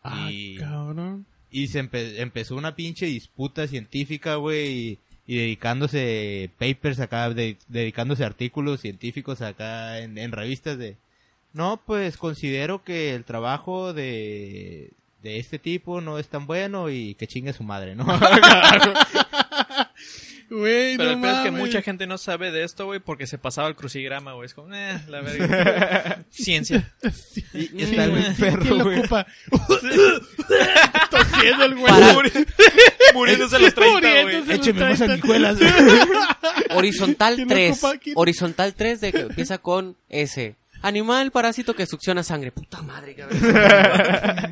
Speaker 2: Ah,
Speaker 1: Y-
Speaker 2: cabrón.
Speaker 1: y se empe- empezó una pinche disputa científica, güey, y, y dedicándose papers acá, de- dedicándose artículos científicos acá en, en revistas de... No, pues considero que el trabajo de, de este tipo no es tan bueno y que chingue su madre, ¿no?
Speaker 2: Güey, no
Speaker 3: Pero el peor es que
Speaker 2: mames.
Speaker 3: mucha gente no sabe de esto, güey, porque se pasaba el crucigrama, güey. Es como, eh, la verga. Ciencia.
Speaker 1: y, y está el güey perro,
Speaker 2: ¿Quién lo
Speaker 1: güey.
Speaker 2: ocupa? Tosiendo el güey.
Speaker 3: Muriéndose a los 30, güey.
Speaker 2: Muriéndose.
Speaker 1: Écheme más sanguijuelas.
Speaker 4: Horizontal
Speaker 2: ¿Quién lo
Speaker 4: 3.
Speaker 2: ocupa aquí?
Speaker 4: Horizontal 3 de que empieza con S. Animal parásito que succiona sangre. Puta madre, cabrón.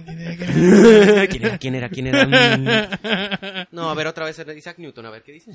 Speaker 4: ¿Quién era? ¿Quién era? ¿Quién era? Mm. No, a ver, otra vez era Isaac Newton, a ver qué dice.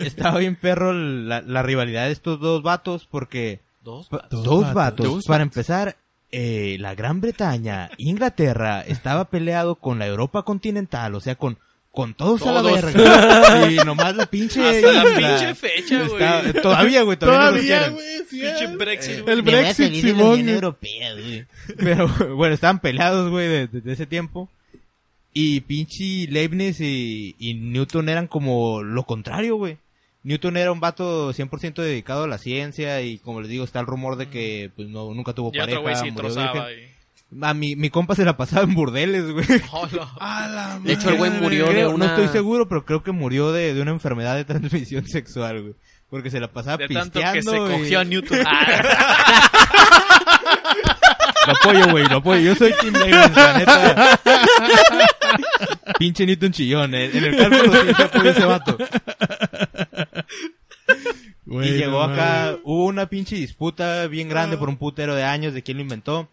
Speaker 1: Estaba bien perro la, la rivalidad de estos dos vatos porque...
Speaker 4: Dos.
Speaker 1: Pa-
Speaker 2: Dos
Speaker 1: Dos,
Speaker 2: vatos.
Speaker 1: vatos.
Speaker 2: Dos
Speaker 1: Para empezar, eh, la Gran Bretaña, Inglaterra, estaba peleado con la Europa continental, o sea, con, con todos, a la
Speaker 3: Todos.
Speaker 1: verga. y nomás la pinche...
Speaker 3: Hasta la
Speaker 1: isla.
Speaker 3: pinche fecha, güey.
Speaker 1: Está- Todavía, güey, todavía, no se
Speaker 2: Todavía,
Speaker 1: quieren.
Speaker 2: güey. sí,
Speaker 3: Pinche
Speaker 2: eh.
Speaker 3: Brexit, güey.
Speaker 2: El Brexit, Simón. güey.
Speaker 1: Pero, bueno, estaban peleados, güey, de- desde ese tiempo. Y pinche Leibniz y, y Newton eran como lo contrario, güey. Newton era un vato 100% dedicado a la ciencia y como les digo, está el rumor de que pues, no, nunca tuvo
Speaker 3: Y
Speaker 1: pareja,
Speaker 3: otro güey sí
Speaker 1: murió
Speaker 3: trozaba.
Speaker 1: virgen.
Speaker 3: Y...
Speaker 1: A mi, mi compa se la pasaba en burdeles, güey.
Speaker 3: Hola.
Speaker 1: Ah,
Speaker 2: A la
Speaker 4: De hecho, el güey
Speaker 2: madre.
Speaker 4: murió de
Speaker 1: Creo-
Speaker 4: una...
Speaker 1: No estoy seguro, pero creo que murió de, de una enfermedad de transmisión sexual, güey. Porque se la pasaba
Speaker 3: De
Speaker 1: pisteando
Speaker 3: tanto que se
Speaker 1: y-
Speaker 3: cogió a Newton. Ah,
Speaker 1: Lo apoyo, güey, lo apoyo. Yo soy Tim Leibniz, la neta. Pinche Newton chillón. eh. En el cálculo sí, yo apoyo a ese vato.
Speaker 2: Güey,
Speaker 1: y llegó
Speaker 2: no
Speaker 1: acá,
Speaker 2: mames.
Speaker 1: hubo una pinche disputa bien
Speaker 3: Ah.
Speaker 1: grande por un putero de años de quién lo inventó.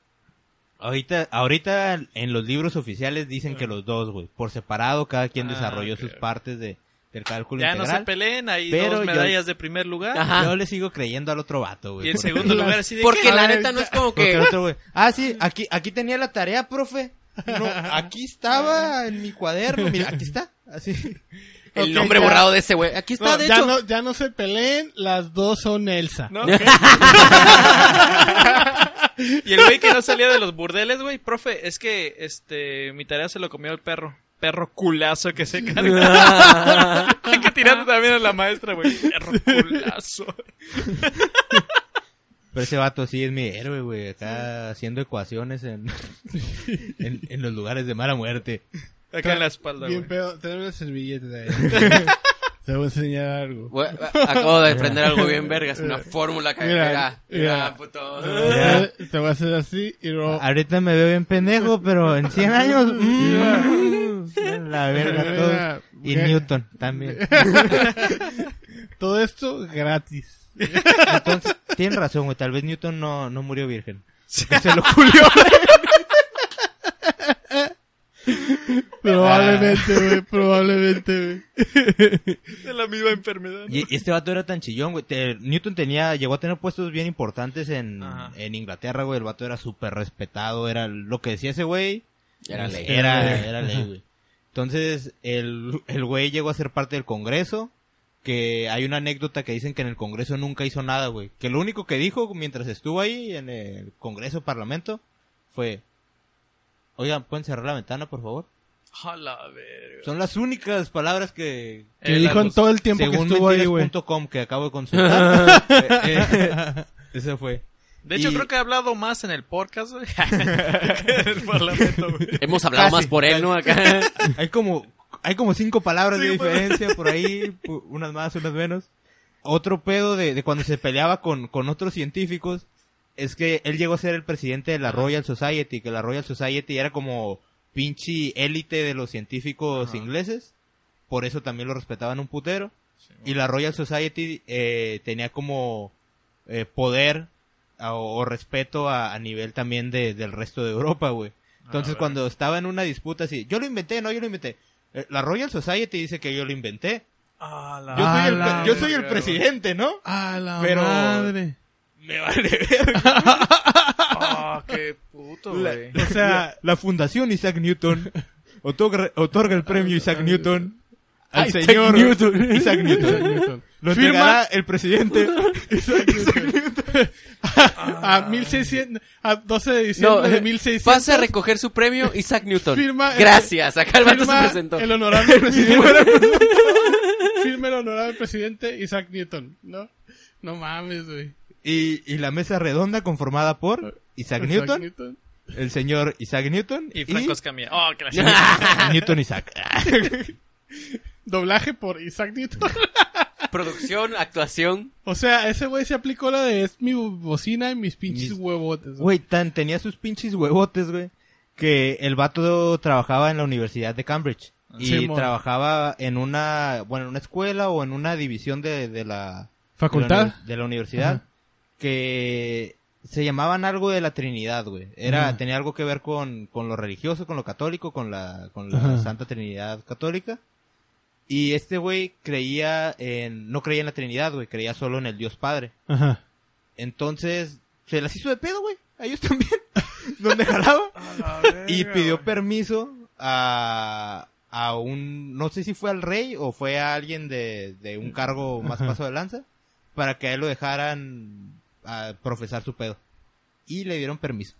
Speaker 1: Ahorita, ahorita en los libros oficiales dicen que los dos, güey. Por separado, cada quien
Speaker 3: Ah,
Speaker 1: desarrolló
Speaker 3: ok.
Speaker 1: sus partes de, del cálculo
Speaker 3: ya no se
Speaker 1: integral.
Speaker 3: peleen, hay
Speaker 1: Pero yo-
Speaker 3: dos medallas de primer lugar.
Speaker 4: Ajá.
Speaker 1: Yo le sigo creyendo al otro vato, güey.
Speaker 3: Y en
Speaker 1: pues, porque-
Speaker 3: segundo lugar, así de
Speaker 4: Porque
Speaker 3: que-
Speaker 4: la neta no es como
Speaker 1: Porque
Speaker 4: que...
Speaker 1: el otro güey, ah, sí, aquí, aquí tenía la tarea, profe. No, aquí estaba en mi cuaderno, mira, aquí está. Así.
Speaker 4: El
Speaker 2: Ok,
Speaker 4: nombre
Speaker 2: ya.
Speaker 4: borrado de ese güey. Aquí está,
Speaker 2: No,
Speaker 4: de
Speaker 2: ya,
Speaker 4: hecho.
Speaker 2: no, ya no se peleen, las dos son Elsa.
Speaker 3: No, ok. y el güey que no salía de los burdeles, güey, profe, es que este mi tarea se lo comió el perro. Perro culazo que se carga. Hay que tirarlo también a la maestra, güey. Perro culazo.
Speaker 1: Pero ese vato sí es mi héroe, güey, acá haciendo ecuaciones en, en, en los lugares de mala muerte.
Speaker 3: Acá en la espalda,
Speaker 2: Bien
Speaker 3: güey.
Speaker 2: pedo, tenemos una servilleta de ahí. Te voy a enseñar algo.
Speaker 4: Bueno, a- acabo de aprender algo bien vergas, una fórmula que
Speaker 2: Mira,
Speaker 4: era,
Speaker 2: mira.
Speaker 4: puto.
Speaker 1: Ya.
Speaker 2: Te voy a hacer así y luego...
Speaker 1: Ahorita me veo bien pendejo, pero en 100 años. mm, la verga todo.
Speaker 2: Mira,
Speaker 1: Y
Speaker 2: mira,
Speaker 1: Newton también.
Speaker 2: Todo esto gratis.
Speaker 1: Entonces, tienen razón, güey. Tal vez Newton no, no murió virgen. Porque Se lo culió. Ah.
Speaker 2: Probablemente, güey, probablemente, güey.
Speaker 3: De la misma enfermedad.
Speaker 1: Y y este vato era tan chillón, güey. Te- Newton tenía, llegó a tener puestos bien importantes en,
Speaker 3: Ajá.
Speaker 1: en Inglaterra, güey. El vato era súper respetado. Era lo que decía ese güey.
Speaker 4: Era
Speaker 1: pues,
Speaker 4: ley.
Speaker 1: Era,
Speaker 2: ley.
Speaker 1: era ley, güey. Entonces, el, el güey llegó a ser parte del Congreso. Que hay una anécdota que dicen que en el Congreso nunca hizo nada, güey. Que lo único que dijo mientras estuvo ahí en el Congreso, Parlamento, fue... Oigan, ¿pueden cerrar la ventana, por favor?
Speaker 3: A la verga.
Speaker 1: Son las únicas palabras que...
Speaker 2: Que
Speaker 3: Eh,
Speaker 2: dijo
Speaker 3: la
Speaker 2: en
Speaker 3: voz.
Speaker 2: todo el tiempo que
Speaker 1: Según
Speaker 2: estuvo ahí, güey.
Speaker 1: mentiras.com que acabo de consultar. eh, eh, ese fue.
Speaker 3: De hecho,
Speaker 1: Y-
Speaker 3: creo que he hablado más en el podcast, güey. que en el parlamento, güey.
Speaker 4: Hemos hablado
Speaker 1: Casi,
Speaker 4: más por él, ¿no? Acá.
Speaker 1: Hay como, hay como cinco palabras de
Speaker 3: Sí, pues.
Speaker 1: diferencia por ahí, pu- unas más, unas menos. Otro pedo de, de cuando se peleaba con, con otros científicos es que él llegó a ser el presidente de la Royal Society, que la Royal Society era como pinche élite de los científicos
Speaker 3: Ajá.
Speaker 1: ingleses. Por eso también lo respetaban un putero. Y la Royal Society eh, tenía como eh, poder a- o, o respeto a, a nivel también de- del resto de Europa, güey. Entonces,
Speaker 3: Ah,
Speaker 1: cuando estaba en una disputa así, yo lo inventé, no, yo lo inventé. Eh, La Royal Society dice que yo lo inventé.
Speaker 3: A Ah, la
Speaker 1: Yo soy el,
Speaker 2: la
Speaker 1: yo soy el
Speaker 3: verga,
Speaker 1: presidente, ¿no?
Speaker 2: A la
Speaker 1: Pero-
Speaker 2: madre.
Speaker 1: Me vale verga.
Speaker 3: Ah, qué puto, güey.
Speaker 1: O sea, la Fundación Isaac Newton otorga, otorga el premio Isaac Newton al
Speaker 2: Isaac
Speaker 1: señor
Speaker 2: Newton.
Speaker 1: Isaac
Speaker 2: Isaac
Speaker 1: Newton.
Speaker 2: Newton.
Speaker 1: Lo
Speaker 2: Firma
Speaker 1: entregará el presidente.
Speaker 2: a 1600, a 12 de
Speaker 4: No, eh,
Speaker 2: diciembre de 1600.
Speaker 4: pasa a recoger su premio Isaac Newton.
Speaker 2: Firma el-
Speaker 4: Gracias, acá el vato se
Speaker 2: firma
Speaker 4: presentó.
Speaker 2: el honorable presidente. firma el honorable presidente Isaac Newton, ¿no? No mames, güey.
Speaker 1: Y, y la mesa redonda conformada por Isaac Newton, el señor Isaac Newton
Speaker 3: Y Franco Escamilla. Oh, que la
Speaker 1: Newton Isaac.
Speaker 2: Doblaje por Isaac Newton.
Speaker 4: Producción, actuación.
Speaker 2: O sea, ese güey se aplicó la de es mi bocina y mis pinches
Speaker 1: Mis-
Speaker 2: huevotes. ¿no?
Speaker 1: Güey, tan tenía sus pinches huevotes, güey, que el vato trabajaba en la Universidad de Cambridge. Y
Speaker 2: Simón.
Speaker 1: trabajaba en una, bueno, en una escuela o en una división de, de la... De
Speaker 2: Facultad.
Speaker 1: la, uni- de la universidad.
Speaker 2: Ajá.
Speaker 1: Que se llamaban algo de la Trinidad, güey. Era,
Speaker 2: Ajá.
Speaker 1: tenía algo que ver con, con lo religioso, con lo católico, con la, con la
Speaker 2: Ajá.
Speaker 1: Santa Trinidad Católica. Y este güey creía en, no creía en la Trinidad, güey, creía solo en el Dios Padre.
Speaker 2: Ajá.
Speaker 1: Entonces, se las hizo de pedo, güey. A ellos también. donde jalaba. y pidió permiso a, a un, no sé si fue al rey o fue a alguien de, de un cargo más paso de lanza, para que a él lo dejaran a profesar su pedo. Y le dieron permiso.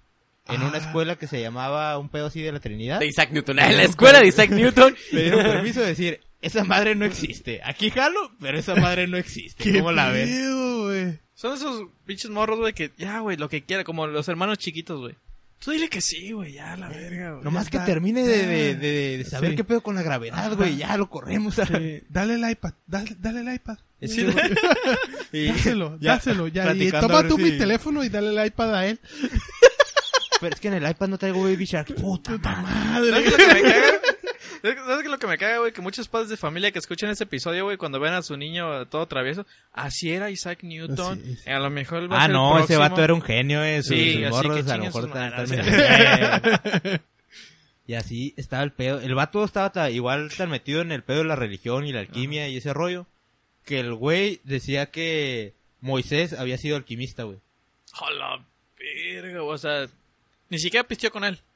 Speaker 1: En una escuela que se llamaba un pedo así de la Trinidad.
Speaker 4: De Isaac Newton. En la escuela de Isaac Newton.
Speaker 1: Le dieron permiso de decir, esa madre no existe. Aquí jalo, pero esa madre no existe. ¿Cómo la ves?
Speaker 2: pedo, güey?
Speaker 3: Son esos pinches morros, güey, que ya, güey, lo que quiera, como los hermanos chiquitos, güey. Tú dile que sí, güey, ya, la verga, güey.
Speaker 1: Nomás que
Speaker 2: Ya,
Speaker 1: termine de, de- de- de saber
Speaker 2: Sí.
Speaker 1: qué pedo con la gravedad, güey. Ya lo corremos. a-
Speaker 2: Eh, dale el iPad, dale, dale el iPad.
Speaker 1: Sí, güey. Y-
Speaker 2: Eh, dáselo,
Speaker 1: ya,
Speaker 2: dáselo, ya. Y
Speaker 1: platicando
Speaker 2: toma
Speaker 1: ahora
Speaker 2: tú
Speaker 1: sí.
Speaker 2: mi teléfono y dale el iPad a él.
Speaker 1: Pero es que en el iPad no traigo Baby Shark. Puta madre.
Speaker 3: ¿Sabes qué es lo que me caga? ¿Sabes qué- ¿Sabes qué es lo que me caga, güey? Que muchos padres de familia que escuchan este episodio, güey, cuando ven a su niño todo travieso, así era Isaac Newton.
Speaker 2: Así es.
Speaker 3: A lo mejor él va a
Speaker 1: Ah,
Speaker 3: ser el
Speaker 1: no, ese
Speaker 3: próximo.
Speaker 1: vato era un genio, eh. Sus,
Speaker 3: Sí,
Speaker 1: sus
Speaker 3: así
Speaker 1: morros
Speaker 3: que
Speaker 1: a lo
Speaker 3: chinguen
Speaker 1: mejor
Speaker 3: sus
Speaker 1: están-
Speaker 3: madres.
Speaker 1: están- Y así estaba el pedo. El vato estaba ta- igual tan metido en el pedo de la religión y la alquimia y ese rollo. Que el güey decía que Moisés había sido alquimista, güey.
Speaker 3: A la verga, güey, o sea, ni siquiera pisteó con él.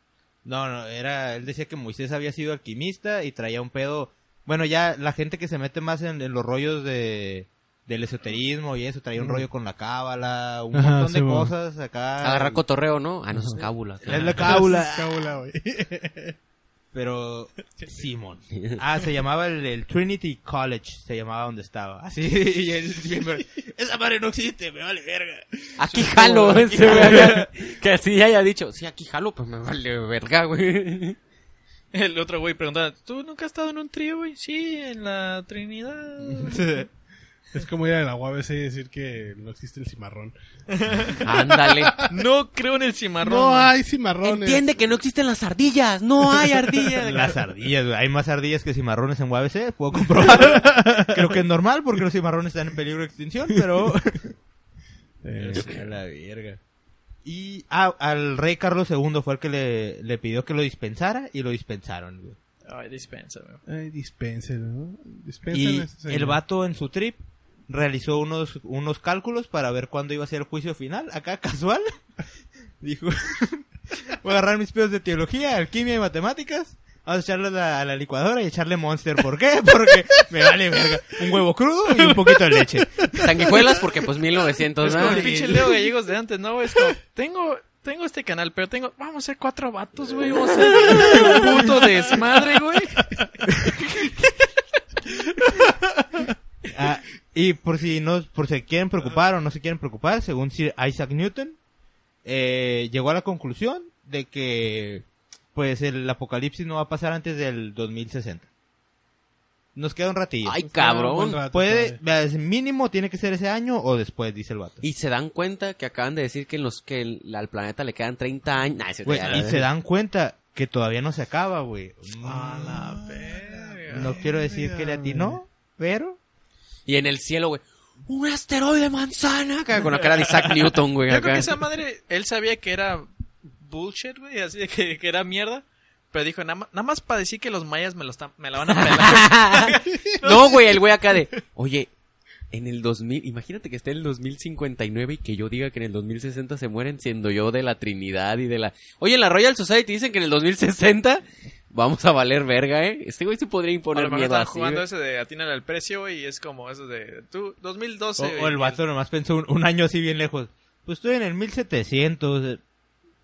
Speaker 1: No, no, era, él decía que Moisés había sido alquimista y traía un pedo. Bueno, ya la gente que se mete más en, en los rollos de del esoterismo y eso, traía un rollo con la cábala, un
Speaker 2: Ajá,
Speaker 1: montón de
Speaker 2: sí, bueno.
Speaker 1: cosas acá.
Speaker 4: Agarrar cotorreo, ¿no? Ah, no, eso es cábula.
Speaker 1: Es la
Speaker 2: Es
Speaker 1: cábala.
Speaker 2: cábula, güey.
Speaker 1: Pero Simón. Ah, se llamaba el, el Trinity College, se llamaba donde estaba. Así y él siempre, esa madre no existe, me vale verga.
Speaker 4: Aquí jalo. ese, güey, acá. que así haya dicho. Sí, aquí jalo, pues me vale verga, güey.
Speaker 3: El otro güey preguntaba, ¿tú nunca has estado en un trío, güey? Sí, en la Trinidad.
Speaker 2: Es como ir a la UABC y decir que no existe el cimarrón.
Speaker 4: Ándale.
Speaker 3: No creo en el cimarrón.
Speaker 2: No
Speaker 3: güey.
Speaker 2: hay cimarrones.
Speaker 4: Entiende que no existen las ardillas. No hay ardillas.
Speaker 1: Las ardillas, güey. Hay más ardillas que cimarrones en UABC, puedo comprobar. Creo que es normal porque los cimarrones están en peligro de extinción, pero...
Speaker 2: Eh,
Speaker 1: la verga. Y ah, al rey Carlos II fue el que le, le pidió que lo dispensara y lo dispensaron, güey.
Speaker 3: Ay, dispénsame.
Speaker 2: ay, dispénselo, ¿no? Dispénselo.
Speaker 1: Y
Speaker 2: ese señor.
Speaker 1: el vato en su trip realizó unos, unos cálculos para ver cuándo iba a ser el juicio final, acá casual. Dijo, voy a agarrar mis pedos de teología, alquimia y matemáticas. Vamos a echarlo a la, a la licuadora y echarle Monster. ¿Por qué? Porque me vale verga. Un huevo crudo y un poquito de leche.
Speaker 4: Sanguijuelas porque pues 1900,
Speaker 3: Es como
Speaker 4: ¿verdad?
Speaker 3: el pinche Leo Gallegos de antes, ¿no, güey? Es como, tengo, tengo este canal, pero tengo, vamos a ser cuatro vatos, güey. Vamos a hacer un puto desmadre, güey.
Speaker 1: Ah, y por si no, por si quieren preocupar o no se quieren preocupar, según Sir Isaac Newton, eh, llegó a la conclusión de que pues el apocalipsis no va a pasar antes del 2060. Nos queda un ratillo.
Speaker 4: Ay,
Speaker 2: Un buen
Speaker 4: cabrón.
Speaker 2: rato
Speaker 1: Puede,
Speaker 2: todavía.
Speaker 1: veas, mínimo tiene que ser ese año o después, dice el vato.
Speaker 4: Y se dan cuenta que acaban de decir que en los que el- al planeta le quedan 30 años. Nah, es cierto,
Speaker 1: Güey,
Speaker 4: ya,
Speaker 1: y
Speaker 4: ya,
Speaker 1: se
Speaker 4: ya.
Speaker 1: dan cuenta que todavía no se acaba, güey. Mm,
Speaker 2: Ah, la
Speaker 3: verga.
Speaker 1: No quiero decir que le atinó, pero...
Speaker 4: Y en el cielo, güey. Un asteroide manzana. acá, Con la cara de Isaac Newton, güey.
Speaker 3: Yo creo
Speaker 4: acá.
Speaker 3: que esa madre, él sabía que era bullshit, güey, así de que, que era mierda. Pero dijo, nada ma- nada más para decir que los mayas me, lo están, me la van a pelar.
Speaker 4: no, güey, el güey acá de, oye, en el 2000, imagínate que esté en el 2059 y que yo diga que en el 2060 se mueren siendo yo de la Trinidad y de la... Oye, en la Royal Society dicen que en el 2060 vamos a valer verga, ¿eh? Este güey se podría
Speaker 3: A lo
Speaker 4: imponer
Speaker 3: mejor
Speaker 4: miedo
Speaker 3: están
Speaker 4: así.
Speaker 3: jugando
Speaker 4: güey.
Speaker 3: ese de atínale al precio, güey, y es como eso de, tú, 2012,
Speaker 1: O, o
Speaker 3: güey,
Speaker 1: el vato nomás pensó un, un año así bien lejos. Pues estoy en el 1700. eh,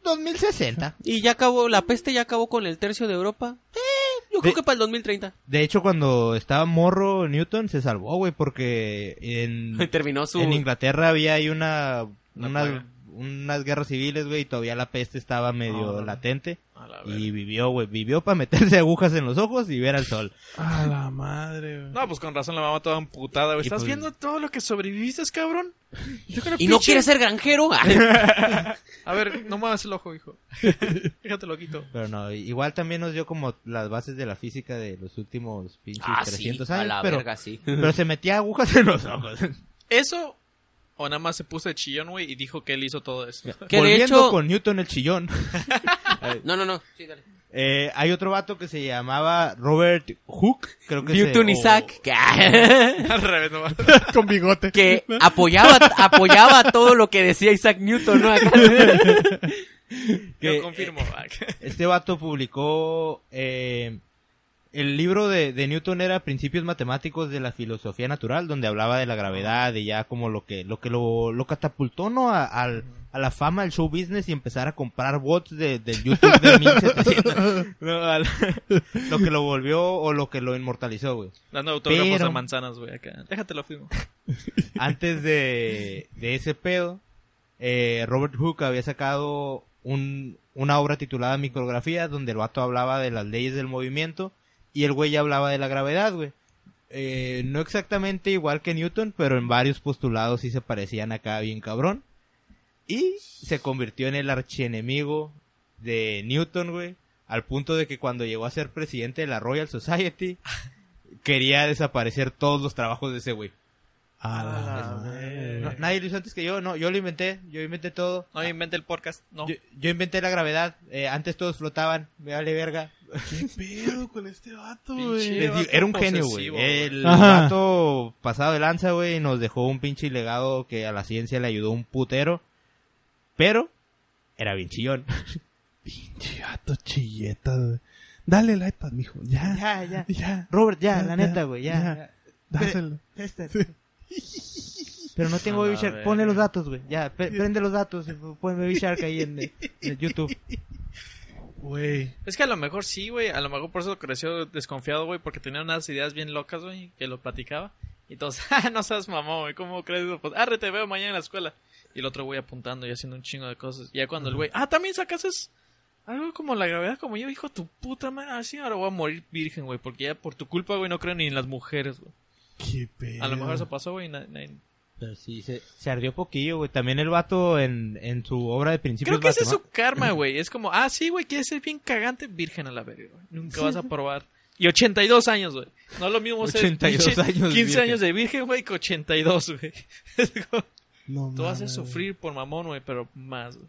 Speaker 1: 2060.
Speaker 4: Y ya acabó, la peste ya acabó con el tercio de Europa. Eh, yo creo
Speaker 1: De-
Speaker 4: que para el 2030.
Speaker 1: De hecho, cuando estaba morro, Newton se salvó, güey, porque en,
Speaker 4: Terminó su...
Speaker 1: en Inglaterra había ahí una,
Speaker 3: Una
Speaker 1: unas-
Speaker 3: plaga.
Speaker 1: unas guerras civiles, güey, y todavía la peste estaba medio
Speaker 3: Ah.
Speaker 1: latente.
Speaker 3: A la verga.
Speaker 1: Y vivió, güey, vivió para meterse agujas en los ojos y ver al sol.
Speaker 2: A la madre, güey.
Speaker 3: No, pues con razón la mamá toda amputada, güey.
Speaker 1: Y
Speaker 3: ¿Estás
Speaker 1: pues-
Speaker 3: viendo todo lo que sobreviviste, cabrón? Yo creo
Speaker 4: Y no
Speaker 3: pinche-
Speaker 4: quiere ser granjero. Ah,
Speaker 3: A ver, no muevas el ojo, hijo. Fíjate, lo quito.
Speaker 1: Pero no, igual también nos dio como las bases de la física de los últimos pinches
Speaker 4: ah, sí,
Speaker 1: 300
Speaker 4: a
Speaker 1: años.
Speaker 4: la
Speaker 1: pero,
Speaker 4: verga, sí.
Speaker 1: pero se metía agujas en los ojos.
Speaker 3: ¿Eso? O nada más se puso de chillón, güey, y dijo que él hizo todo eso.
Speaker 4: Que de
Speaker 1: Volviendo
Speaker 4: hecho-
Speaker 1: con Newton el chillón.
Speaker 4: No, no, no. Sí, dale.
Speaker 1: Eh, hay otro vato que se llamaba Robert Hooke, creo que se-
Speaker 4: Newton
Speaker 1: o-
Speaker 4: Isaac. que-
Speaker 3: Al revés, nomás.
Speaker 2: Con bigote.
Speaker 4: que apoyaba apoyaba todo lo que decía Isaac Newton, ¿no? Acá.
Speaker 1: Que-
Speaker 3: Yo confirmo. va.
Speaker 1: Este vato publicó eh, el libro de, de Newton era Principios matemáticos de la filosofía natural, donde hablaba de la gravedad y ya como lo que lo que lo, lo catapultó no a, al- a la fama del show business y empezar a comprar bots de, del YouTube de 1700. No, al- lo que lo volvió o lo que lo inmortalizó, güey.
Speaker 3: Dando autógrafos
Speaker 1: Pero-
Speaker 3: a manzanas, güey, acá. Déjate lo firmo.
Speaker 1: antes de, de ese pedo, eh, Robert Hooke había sacado un- una obra titulada Micrografía, donde el vato hablaba de las leyes del movimiento y el güey ya hablaba de la gravedad, güey. Eh, no exactamente igual que Newton, pero en varios postulados sí se parecían acá bien cabrón. Y se convirtió en el archienemigo de Newton, güey. Al punto de que cuando llegó a ser presidente de la Royal Society, quería desaparecer todos los trabajos de ese güey.
Speaker 2: A
Speaker 3: la
Speaker 2: la
Speaker 1: No,
Speaker 3: Eh,
Speaker 2: madre.
Speaker 1: nadie lo hizo antes que yo, no, yo lo inventé, yo inventé todo.
Speaker 3: No invente el podcast, no.
Speaker 1: Yo, yo inventé la gravedad, eh, antes todos flotaban, me vale verga.
Speaker 2: ¿Qué pedo con este vato,
Speaker 3: Pinche-
Speaker 2: güey?
Speaker 1: Les digo,
Speaker 3: vato
Speaker 1: era un genio, güey.
Speaker 3: posesivo,
Speaker 1: El
Speaker 2: güey. Ajá.
Speaker 1: vato pasado de lanza, güey, nos dejó un pinche legado que a la ciencia le ayudó un putero. Pero, era bien chillón.
Speaker 2: Pinche vato chilleta, güey. Dale el iPad, mijo. Ya.
Speaker 1: Ya, ya.
Speaker 2: Ya.
Speaker 1: Robert,
Speaker 2: Ya,
Speaker 1: ya, la
Speaker 2: ya,
Speaker 1: neta, güey, ya.
Speaker 2: ya. Dáselo.
Speaker 1: Este. Pero no tengo
Speaker 3: A la
Speaker 1: Baby Shark,
Speaker 3: verga.
Speaker 1: ponle los datos, güey. Ya, pre- prende los datos, y pon Baby Shark ahí en, en el YouTube.
Speaker 2: Güey.
Speaker 3: Es que a lo mejor sí, güey. A lo mejor por eso creció desconfiado, güey, porque tenía unas ideas bien locas, güey, que lo platicaba. Y todos, ah, no seas mamón, güey, ¿cómo crees? Pues, arre, te veo mañana en la escuela. Y el otro güey apuntando y haciendo un chingo de cosas. Y ya cuando el güey, ah, también "Ah, sacas Algo como la gravedad, como yo, hijo de tu puta madre. Así ahora voy a morir virgen, güey. Porque ya por tu culpa, güey, no creo ni en las mujeres, güey.
Speaker 2: Qué pedo.
Speaker 3: A lo mejor eso pasó, güey. y na- na-
Speaker 1: Pero sí, se, se ardió poquillo, güey. También el vato en, en su obra de principios
Speaker 3: Creo que ese es
Speaker 1: Batema-
Speaker 3: su karma, güey. Es como, ah, sí, güey, quieres ser bien cagante, virgen a la verga, güey. Nunca vas a probar. Y 82 años, güey. No es lo mismo ser
Speaker 1: 82
Speaker 3: pinche
Speaker 1: años
Speaker 3: 15
Speaker 1: virgen.
Speaker 3: años de virgen, güey, que 82, güey. Es como,
Speaker 2: No
Speaker 3: Tú vas a
Speaker 2: mames.
Speaker 3: sufrir por mamón, güey, pero más, güey.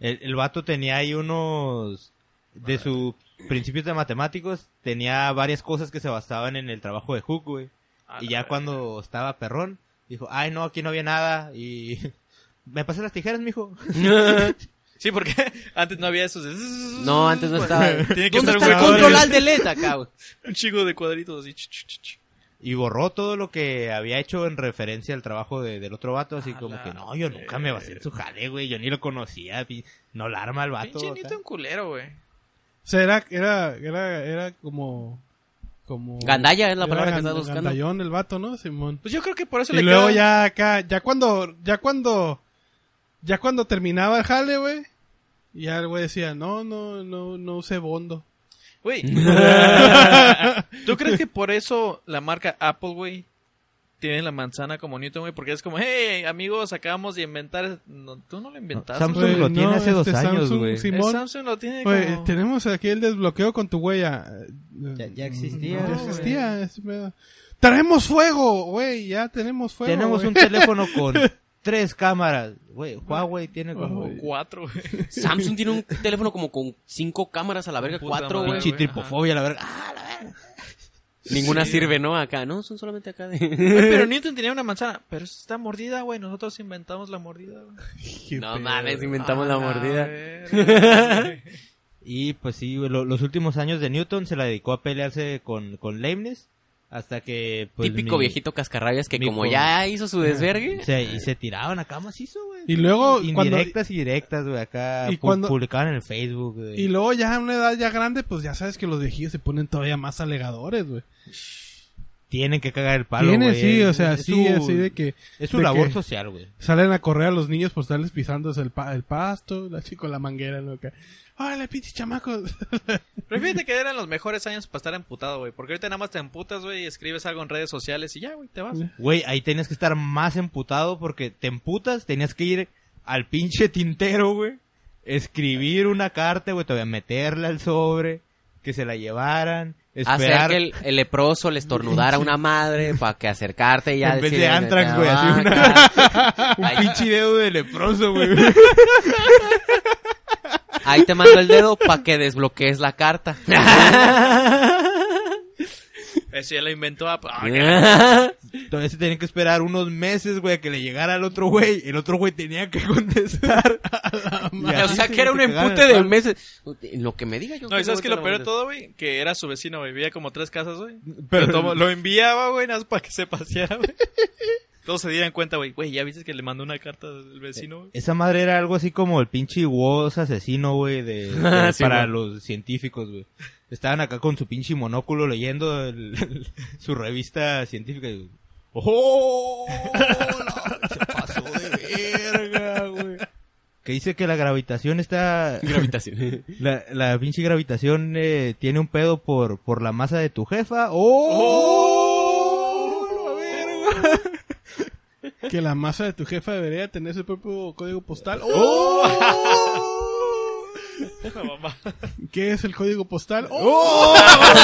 Speaker 1: El, el vato tenía ahí unos... De sus principios de matemáticos, tenía varias cosas que se basaban en el trabajo de Hook, güey.
Speaker 3: A
Speaker 1: Y
Speaker 3: Ah, la
Speaker 1: ya
Speaker 3: verga.
Speaker 1: cuando estaba perrón, dijo, ay, no, aquí no había nada. Y... ¿Me pasé las tijeras, mijo?
Speaker 3: Sí, porque antes no había esos. de-
Speaker 4: No, antes no estaba.
Speaker 3: Tiene que
Speaker 4: ¿Dónde
Speaker 3: estar un
Speaker 4: está el
Speaker 3: güey con
Speaker 4: control al delete acá, güey?
Speaker 3: un chico de cuadritos así. ch, ch, ch, ch.
Speaker 1: Y borró todo lo que había hecho en referencia al trabajo de- del otro vato. Así
Speaker 3: A
Speaker 1: como
Speaker 3: Ah, la
Speaker 1: que, no, yo nunca me basé en su jale, güey. Yo ni lo conocía. pi- No la arma el vato.
Speaker 3: Pinche
Speaker 1: o sea.
Speaker 3: Nito un culero, güey.
Speaker 2: O sea, era, era, era, era como. como
Speaker 4: Gandalla es la
Speaker 2: era
Speaker 4: palabra que
Speaker 2: gan-
Speaker 4: estás buscando.
Speaker 2: Gandallón el vato, ¿no, Simón?
Speaker 3: Pues yo creo que por eso
Speaker 2: Y
Speaker 3: le
Speaker 2: luego
Speaker 3: queda-
Speaker 2: ya acá, ya cuando, ya cuando, ya cuando terminaba el jale, güey, ya el güey decía, no, no, no, no usé bondo.
Speaker 3: Güey. ¿Tú crees que por eso la marca Apple, güey, tiene la manzana como Newton, güey? Porque es como, hey, amigos, acabamos de inventar. No, tú no lo inventaste.
Speaker 1: Samsung
Speaker 3: güey.
Speaker 1: lo tiene hace dos años,
Speaker 2: Samsung,
Speaker 1: güey.
Speaker 3: El
Speaker 2: Simón,
Speaker 3: Samsung lo tiene
Speaker 2: güey, este-
Speaker 3: como.
Speaker 2: tenemos aquí el desbloqueo con tu huella. Mm,
Speaker 1: Ya- ya existía,
Speaker 2: Ya
Speaker 3: güey.
Speaker 2: existía. ese pedo. Tenemos fuego, güey, ya tenemos fuego.
Speaker 1: Tenemos
Speaker 2: güey.
Speaker 1: un teléfono con tres cámaras. Güey, Huawei tiene como...
Speaker 2: Huawei.
Speaker 3: Cuatro, güey.
Speaker 4: Samsung tiene un teléfono como con cinco cámaras a la verga,
Speaker 3: Puta
Speaker 4: cuatro,
Speaker 3: madre,
Speaker 4: güey.
Speaker 1: Pinche
Speaker 3: güey,
Speaker 1: tripofobia, la verga. Ah,
Speaker 4: Ninguna sirve, ¿no? Acá, ¿no? Son solamente acá de...
Speaker 3: Pero Newton tenía una manzana. Pero eso está mordida, güey. Nosotros inventamos la mordida, güey.
Speaker 2: Qué
Speaker 4: No
Speaker 2: pedo,
Speaker 4: mames,
Speaker 2: güey.
Speaker 4: inventamos
Speaker 3: A
Speaker 1: Ah,
Speaker 4: la mordida.
Speaker 3: verga, güey.
Speaker 1: Y pues sí, güey, lo- los últimos años de Newton se la dedicó a pelearse con, con Leibniz. Hasta que... pues,
Speaker 4: Típico
Speaker 1: mi-
Speaker 4: viejito cascarrabias que
Speaker 1: mi
Speaker 4: como
Speaker 1: con-
Speaker 4: ya hizo su desvergue...
Speaker 1: Se, y se tiraban acá macizo, güey.
Speaker 2: Y luego, cuando-
Speaker 1: Indirectas y directas, güey. Acá
Speaker 2: Y
Speaker 1: pu-
Speaker 2: cuando-
Speaker 1: publicaban en el Facebook, güey.
Speaker 2: Y luego ya a una edad ya grande, pues ya sabes que los viejillos se ponen todavía más alegadores, güey.
Speaker 1: Tienen que cagar el palo,
Speaker 2: Tiene,
Speaker 1: güey.
Speaker 2: sí, o
Speaker 1: Es-
Speaker 2: sea,
Speaker 1: es
Speaker 2: sí,
Speaker 1: su-
Speaker 2: así de que
Speaker 1: Es su
Speaker 2: de
Speaker 1: labor
Speaker 2: que-
Speaker 1: social, güey.
Speaker 2: salen a correr a los niños por estarles pisando el, pa- el pasto, la chico la manguera loca. ¡Órale, pinche chamacos!
Speaker 3: Pero fíjate que eran los mejores años para estar amputado, güey. Porque ahorita nada más te amputas, güey, y escribes algo en redes sociales y ya, güey, te vas.
Speaker 1: Güey, ahí tenías que estar más emputado porque te emputas, tenías que ir al pinche tintero, güey. Escribir una carta, güey, todavía meterla al sobre, que se la llevaran,
Speaker 4: Hacer
Speaker 1: esperar.
Speaker 4: que el, el leproso le estornudara a una madre para que acercarte y ya
Speaker 1: En vez de
Speaker 4: decirle,
Speaker 1: Antrax,
Speaker 4: "Ah,
Speaker 1: güey, así una-
Speaker 4: acá".
Speaker 1: Un
Speaker 4: ahí,
Speaker 1: pinche dedo de leproso, güey.
Speaker 4: ahí te mando el dedo para que desbloquees la carta.
Speaker 3: Eso ya lo inventó Apple. Ah,
Speaker 1: Entonces se tenían que esperar unos meses, güey, a que le llegara al otro güey. El otro güey tenía que contestar. Y
Speaker 4: o
Speaker 1: así
Speaker 4: sea
Speaker 1: se
Speaker 4: que era un
Speaker 1: te cagaban
Speaker 4: empute
Speaker 1: el
Speaker 4: de
Speaker 1: palo.
Speaker 4: meses. Lo que me diga yo.
Speaker 3: No, ¿y sabes
Speaker 4: que
Speaker 3: que lo peor de todo, güey? Que era su vecino, güey. Vivía como tres casas, güey.
Speaker 1: Pero-
Speaker 3: Pero tomo- lo enviaba, güey, nada más para que se paseara, güey. Todos se dieran cuenta, güey. Güey, ya viste que le mandó una carta al vecino, güey.
Speaker 1: Esa madre era algo así como el pinche Woz asesino, güey, de, de-
Speaker 4: Ah, Sí,
Speaker 1: para
Speaker 4: güey.
Speaker 1: los científicos, güey. Estaban acá con su pinche monóculo leyendo el- el- su revista científica. y, ¡Oh! la- se pasó de verga, güey. Que dice que la gravitación está...
Speaker 4: Gravitación.
Speaker 1: La, la pinche gravitación eh, tiene un pedo por, por la masa de tu jefa. ¡Oh! La verga.
Speaker 2: que la masa de tu jefa debería tener su propio código postal.
Speaker 4: Oh.
Speaker 1: ¡Oh!
Speaker 3: La mamá.
Speaker 2: ¿Qué es el código postal?
Speaker 1: ¡Oh!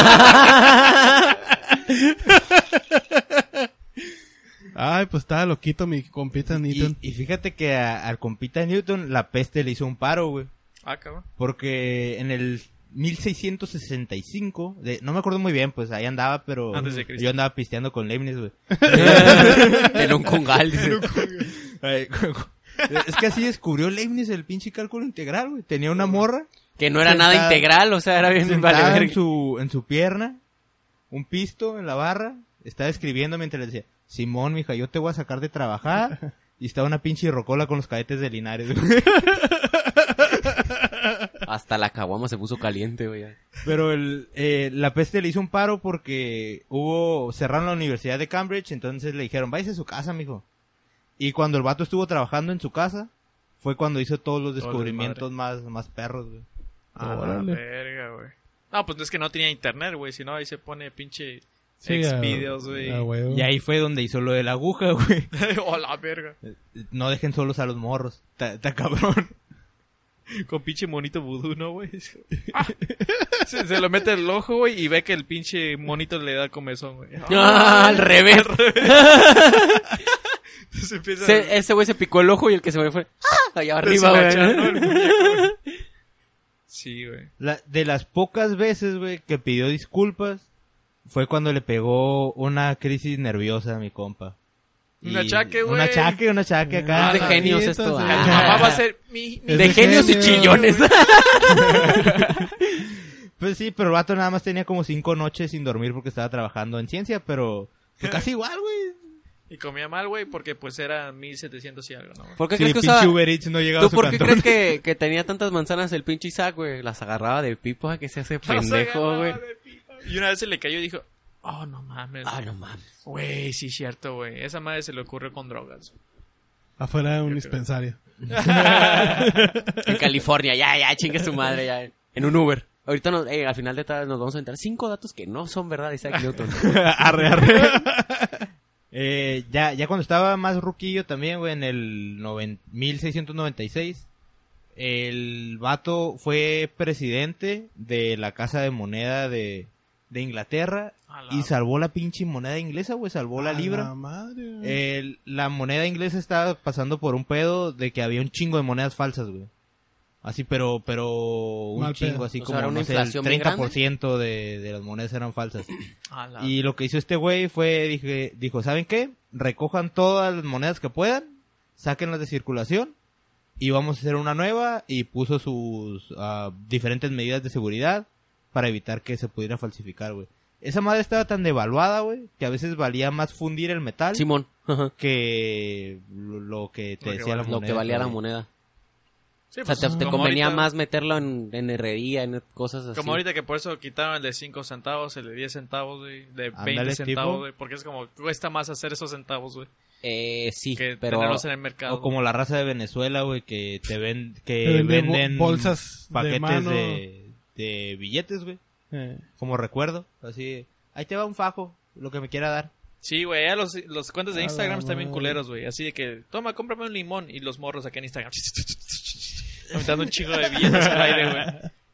Speaker 2: Ay, pues estaba loquito mi compita
Speaker 1: Y,
Speaker 2: Newton.
Speaker 1: y fíjate que a- al compita Newton la peste le hizo un paro, güey.
Speaker 3: Ah, cabrón.
Speaker 1: Porque en el 1665, de, no me acuerdo muy bien, pues ahí andaba, pero
Speaker 3: Antes de Cristo.
Speaker 1: yo andaba pisteando con Leibniz, güey.
Speaker 4: en un congal, dice.
Speaker 1: Ay, es que así descubrió Leibniz el pinche cálculo integral, güey. Tenía
Speaker 3: Mm.
Speaker 1: una morra
Speaker 4: Que no era nada
Speaker 1: Sentada-
Speaker 4: integral, o sea, era bien vale
Speaker 1: sentada en
Speaker 4: verga.
Speaker 1: su, en su pierna, un pisto en la barra, estaba escribiendo mientras le decía, Simón, mija, yo te voy a sacar de trabajar. Y estaba una pinche rocola con los cadetes de Linares, güey.
Speaker 4: Hasta la caguama se puso caliente, güey. ya.
Speaker 1: Pero el, eh, la peste le hizo un paro porque hubo, cerraron la universidad de Cambridge, entonces le dijeron, váyase a su casa, mijo. Y cuando el vato estuvo trabajando en su casa, fue cuando hizo todos los
Speaker 3: Todo el
Speaker 1: descubrimientos más, más perros, güey.
Speaker 3: A la
Speaker 2: Órale.
Speaker 3: Ah, verga, güey. No, pues no es que no tenía internet, güey. Si no, ahí se pone pinche
Speaker 2: Sí, a-
Speaker 3: Xvideos, güey.
Speaker 2: a huevo.
Speaker 1: Y ahí fue donde hizo lo de la aguja, güey.
Speaker 3: oh, la verga.
Speaker 1: No dejen solos a los morros. Está está cabrón.
Speaker 3: Con pinche monito vudú, ¿no, güey? Ah. se, se lo mete el ojo, güey, y ve que el pinche monito le da comezón, güey.
Speaker 4: ¡Ah, al revés!
Speaker 3: Se empieza a...
Speaker 4: Se- ese güey se picó el ojo y el que se me fue ¡ah! allá arriba,
Speaker 3: deshilachar, ¿no?
Speaker 4: güey.
Speaker 3: El muñeco, güey. Sí, güey.
Speaker 1: La- de las pocas veces, güey, que pidió disculpas, fue cuando le pegó una crisis nerviosa a mi compa.
Speaker 3: Un
Speaker 1: Y-
Speaker 3: achaque,
Speaker 1: Un
Speaker 3: güey.
Speaker 1: achaque, un achaque acá.
Speaker 4: Ah, de genios
Speaker 2: sí,
Speaker 4: esto.
Speaker 2: entonces,
Speaker 4: ah.
Speaker 3: La mamá va a ser mi... mi-
Speaker 2: Es
Speaker 4: De
Speaker 2: de
Speaker 4: genios y
Speaker 2: genio.
Speaker 4: chillones.
Speaker 1: Pues sí, pero el vato nada más tenía como cinco noches sin dormir porque estaba trabajando en ciencia, pero pues, casi igual, güey.
Speaker 3: Y comía mal, güey, porque pues era 1700 y algo, ¿no? güey?
Speaker 4: ¿Por qué
Speaker 1: Sí,
Speaker 4: crees que
Speaker 1: pinche
Speaker 4: usaba-
Speaker 1: Uber Eats no llegaba
Speaker 4: ¿Tú
Speaker 1: a su
Speaker 4: por qué
Speaker 1: cantón.
Speaker 4: crees que, que tenía tantas manzanas el pinche Isaac, güey? Las agarraba de pipa que se hace pendejo, güey.
Speaker 3: Y una vez se le cayó y dijo, oh, no mames.
Speaker 4: Ah, no mames.
Speaker 3: Güey, sí, cierto, güey. Esa madre se le ocurre con drogas.
Speaker 2: Afuera de un dispensario.
Speaker 4: En California, ya, ya, chingue su madre, ya. En un Uber. Ahorita nos- eh, al final de tarde nos vamos a entrar cinco datos que no son verdad de Isaac Newton.
Speaker 1: arre, arre. Eh, ya, ya cuando estaba más ruquillo también, güey, en el noven- 1696, el vato fue presidente de la Casa de Moneda de, de Inglaterra
Speaker 3: A la-
Speaker 1: y salvó la pinche moneda inglesa, güey, salvó la
Speaker 2: A
Speaker 1: libra.
Speaker 2: La madre. güey.
Speaker 1: El- la moneda inglesa estaba pasando por un pedo de que había un chingo de monedas falsas, güey. Así, pero, pero un
Speaker 2: Mal pedo.
Speaker 1: chingo, así
Speaker 4: O sea,
Speaker 1: como
Speaker 4: era una
Speaker 1: no sé, el
Speaker 4: inflación bien grande.
Speaker 1: 30% de, de las monedas eran falsas.
Speaker 3: a la-
Speaker 1: Y lo que hizo este güey fue, dije, dijo, ¿saben qué? Recojan todas las monedas que puedan, sáquenlas de circulación y vamos a hacer una nueva y puso sus ah, diferentes medidas de seguridad para evitar que se pudiera falsificar, güey. Esa madre estaba tan devaluada, güey, que a veces valía más fundir el metal
Speaker 4: Simón, ajá,
Speaker 1: que lo- lo que te
Speaker 3: Lo que
Speaker 1: decía la
Speaker 3: val-
Speaker 1: moneda.
Speaker 4: lo que valía la
Speaker 1: güey.
Speaker 4: moneda.
Speaker 3: Sí,
Speaker 4: O sea,
Speaker 3: pues,
Speaker 4: te, te
Speaker 3: como
Speaker 4: convenía
Speaker 3: ahorita-
Speaker 4: más pues, meterlo en, en herrería, en cosas así.
Speaker 3: Como ahorita que por eso quitaron el de 5 centavos, el de 10 centavos, güey, de 20
Speaker 1: Ándale,
Speaker 3: centavos,
Speaker 1: tipo.
Speaker 3: güey, porque es como cuesta más hacer esos centavos, güey,
Speaker 4: Eh, sí,
Speaker 3: que
Speaker 4: pero...
Speaker 3: tenerlos en el mercado.
Speaker 1: O como la raza de Venezuela, güey, que te ven, que
Speaker 2: Te venden bo-
Speaker 1: venden
Speaker 2: bolsas de
Speaker 1: paquetes
Speaker 2: mano.
Speaker 1: de, de billetes, güey.
Speaker 2: Eh.
Speaker 1: Como recuerdo, así, ahí te va un fajo, lo que me quiera dar.
Speaker 3: Sí, güey, ya los, los cuentas de
Speaker 2: A
Speaker 3: Instagram
Speaker 2: la
Speaker 3: están bien
Speaker 2: madre.
Speaker 3: culeros, güey, así de que, toma, cómprame un limón, y los morros acá en Instagram, aventando un chingo de billetes al aire, güey.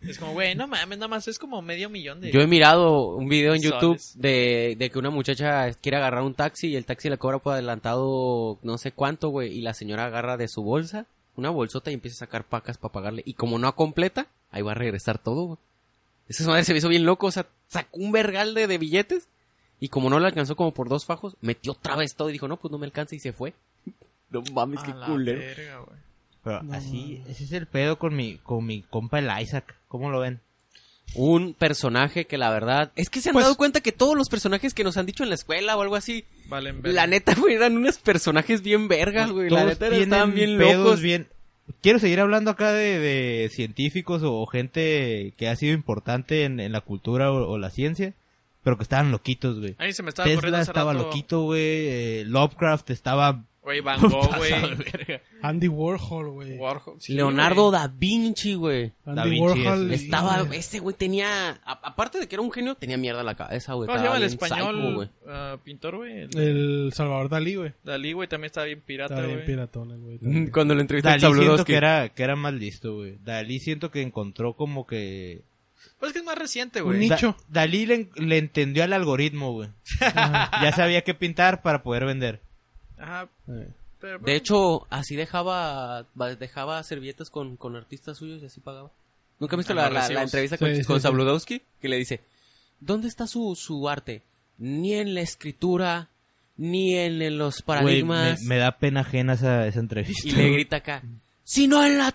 Speaker 3: Es como, güey, no mames, nada más es como medio millón de...
Speaker 4: Yo he mirado un video en
Speaker 3: Soles.
Speaker 4: YouTube de, de que una muchacha quiere agarrar un taxi y el taxi le cobra por adelantado no sé cuánto, güey, y la señora agarra de su bolsa una bolsota y empieza a sacar pacas para pagarle. Y como no completa, ahí va a regresar todo, güey. Esa madre se me hizo bien loco, o sea, sacó un vergal de, de billetes y como no le alcanzó como por dos fajos, metió otra vez todo y dijo, no, pues no me alcanza y se fue. No mames,
Speaker 3: A
Speaker 4: qué
Speaker 3: la
Speaker 4: culero.
Speaker 3: verga, güey.
Speaker 1: Pero
Speaker 2: No,
Speaker 1: así,
Speaker 2: no,
Speaker 1: ese es el pedo con mi, con mi compa el Isaac. ¿Cómo lo ven?
Speaker 4: Un personaje que la verdad... Es que se han
Speaker 2: Pues-
Speaker 4: dado cuenta que todos los personajes que nos han dicho en la escuela o algo así...
Speaker 3: Valen verga.
Speaker 4: La neta, güey, eran unos personajes bien vergas, güey. La
Speaker 1: Pues, Todos
Speaker 4: neta,
Speaker 1: tienen
Speaker 4: estaban bien
Speaker 1: pedos
Speaker 4: locos.
Speaker 1: bien- Quiero seguir hablando acá de, de científicos o gente que ha sido importante en, en la cultura o, o la ciencia, pero que estaban loquitos, güey.
Speaker 3: A mí se me estaba ocurriendo
Speaker 1: Tesla
Speaker 3: hace
Speaker 1: estaba
Speaker 3: rato,
Speaker 1: loquito, güey. eh, Lovecraft estaba...
Speaker 3: Güey, Van Gogh, güey.
Speaker 1: Pasado de
Speaker 2: Andy Warhol, güey.
Speaker 3: Warhol, sí,
Speaker 4: Leonardo
Speaker 3: güey.
Speaker 4: da Vinci, güey.
Speaker 1: Da
Speaker 2: Andy
Speaker 1: Vinci
Speaker 2: Warhol.
Speaker 1: es-
Speaker 2: y-
Speaker 4: Estaba,
Speaker 2: güey.
Speaker 4: este güey tenía, a- aparte de que era un genio, tenía mierda en la cabeza, güey.
Speaker 3: ¿Cómo se llama
Speaker 4: Estaba
Speaker 3: el
Speaker 4: bien psycho,
Speaker 3: español
Speaker 4: güey.
Speaker 3: ah, pintor, güey? El-
Speaker 2: El Salvador Dalí, güey.
Speaker 3: Dalí, güey, también estaba bien pirata,
Speaker 2: Estaba bien
Speaker 3: güey.
Speaker 2: piratón, güey.
Speaker 1: Mm.
Speaker 2: también.
Speaker 4: Cuando lo entrevisté
Speaker 1: Dalí siento que era, que era más listo, güey. Dalí siento que encontró como que...
Speaker 3: Pues es que es más reciente,
Speaker 2: Un
Speaker 3: güey.
Speaker 2: nicho.
Speaker 1: Da- Dalí le, en- le entendió al algoritmo, güey. ya sabía qué pintar para poder vender.
Speaker 3: Ajá,
Speaker 2: Eh.
Speaker 3: pero...
Speaker 4: De hecho, así dejaba, va- dejaba servilletas con, con artistas suyos y así pagaba. ¿Nunca viste
Speaker 3: Ah,
Speaker 4: la,
Speaker 3: los
Speaker 4: la- la
Speaker 3: recibos.
Speaker 4: entrevista con,
Speaker 2: Sí,
Speaker 4: con
Speaker 2: sí, sí.
Speaker 4: Zabludowski? Que le dice, ¿dónde está su, su arte? Ni en la escritura, ni en, en
Speaker 1: Güey,
Speaker 4: los
Speaker 1: me,
Speaker 4: paradigmas.
Speaker 1: me da pena ajena esa, esa entrevista.
Speaker 4: Y le grita acá, si no en la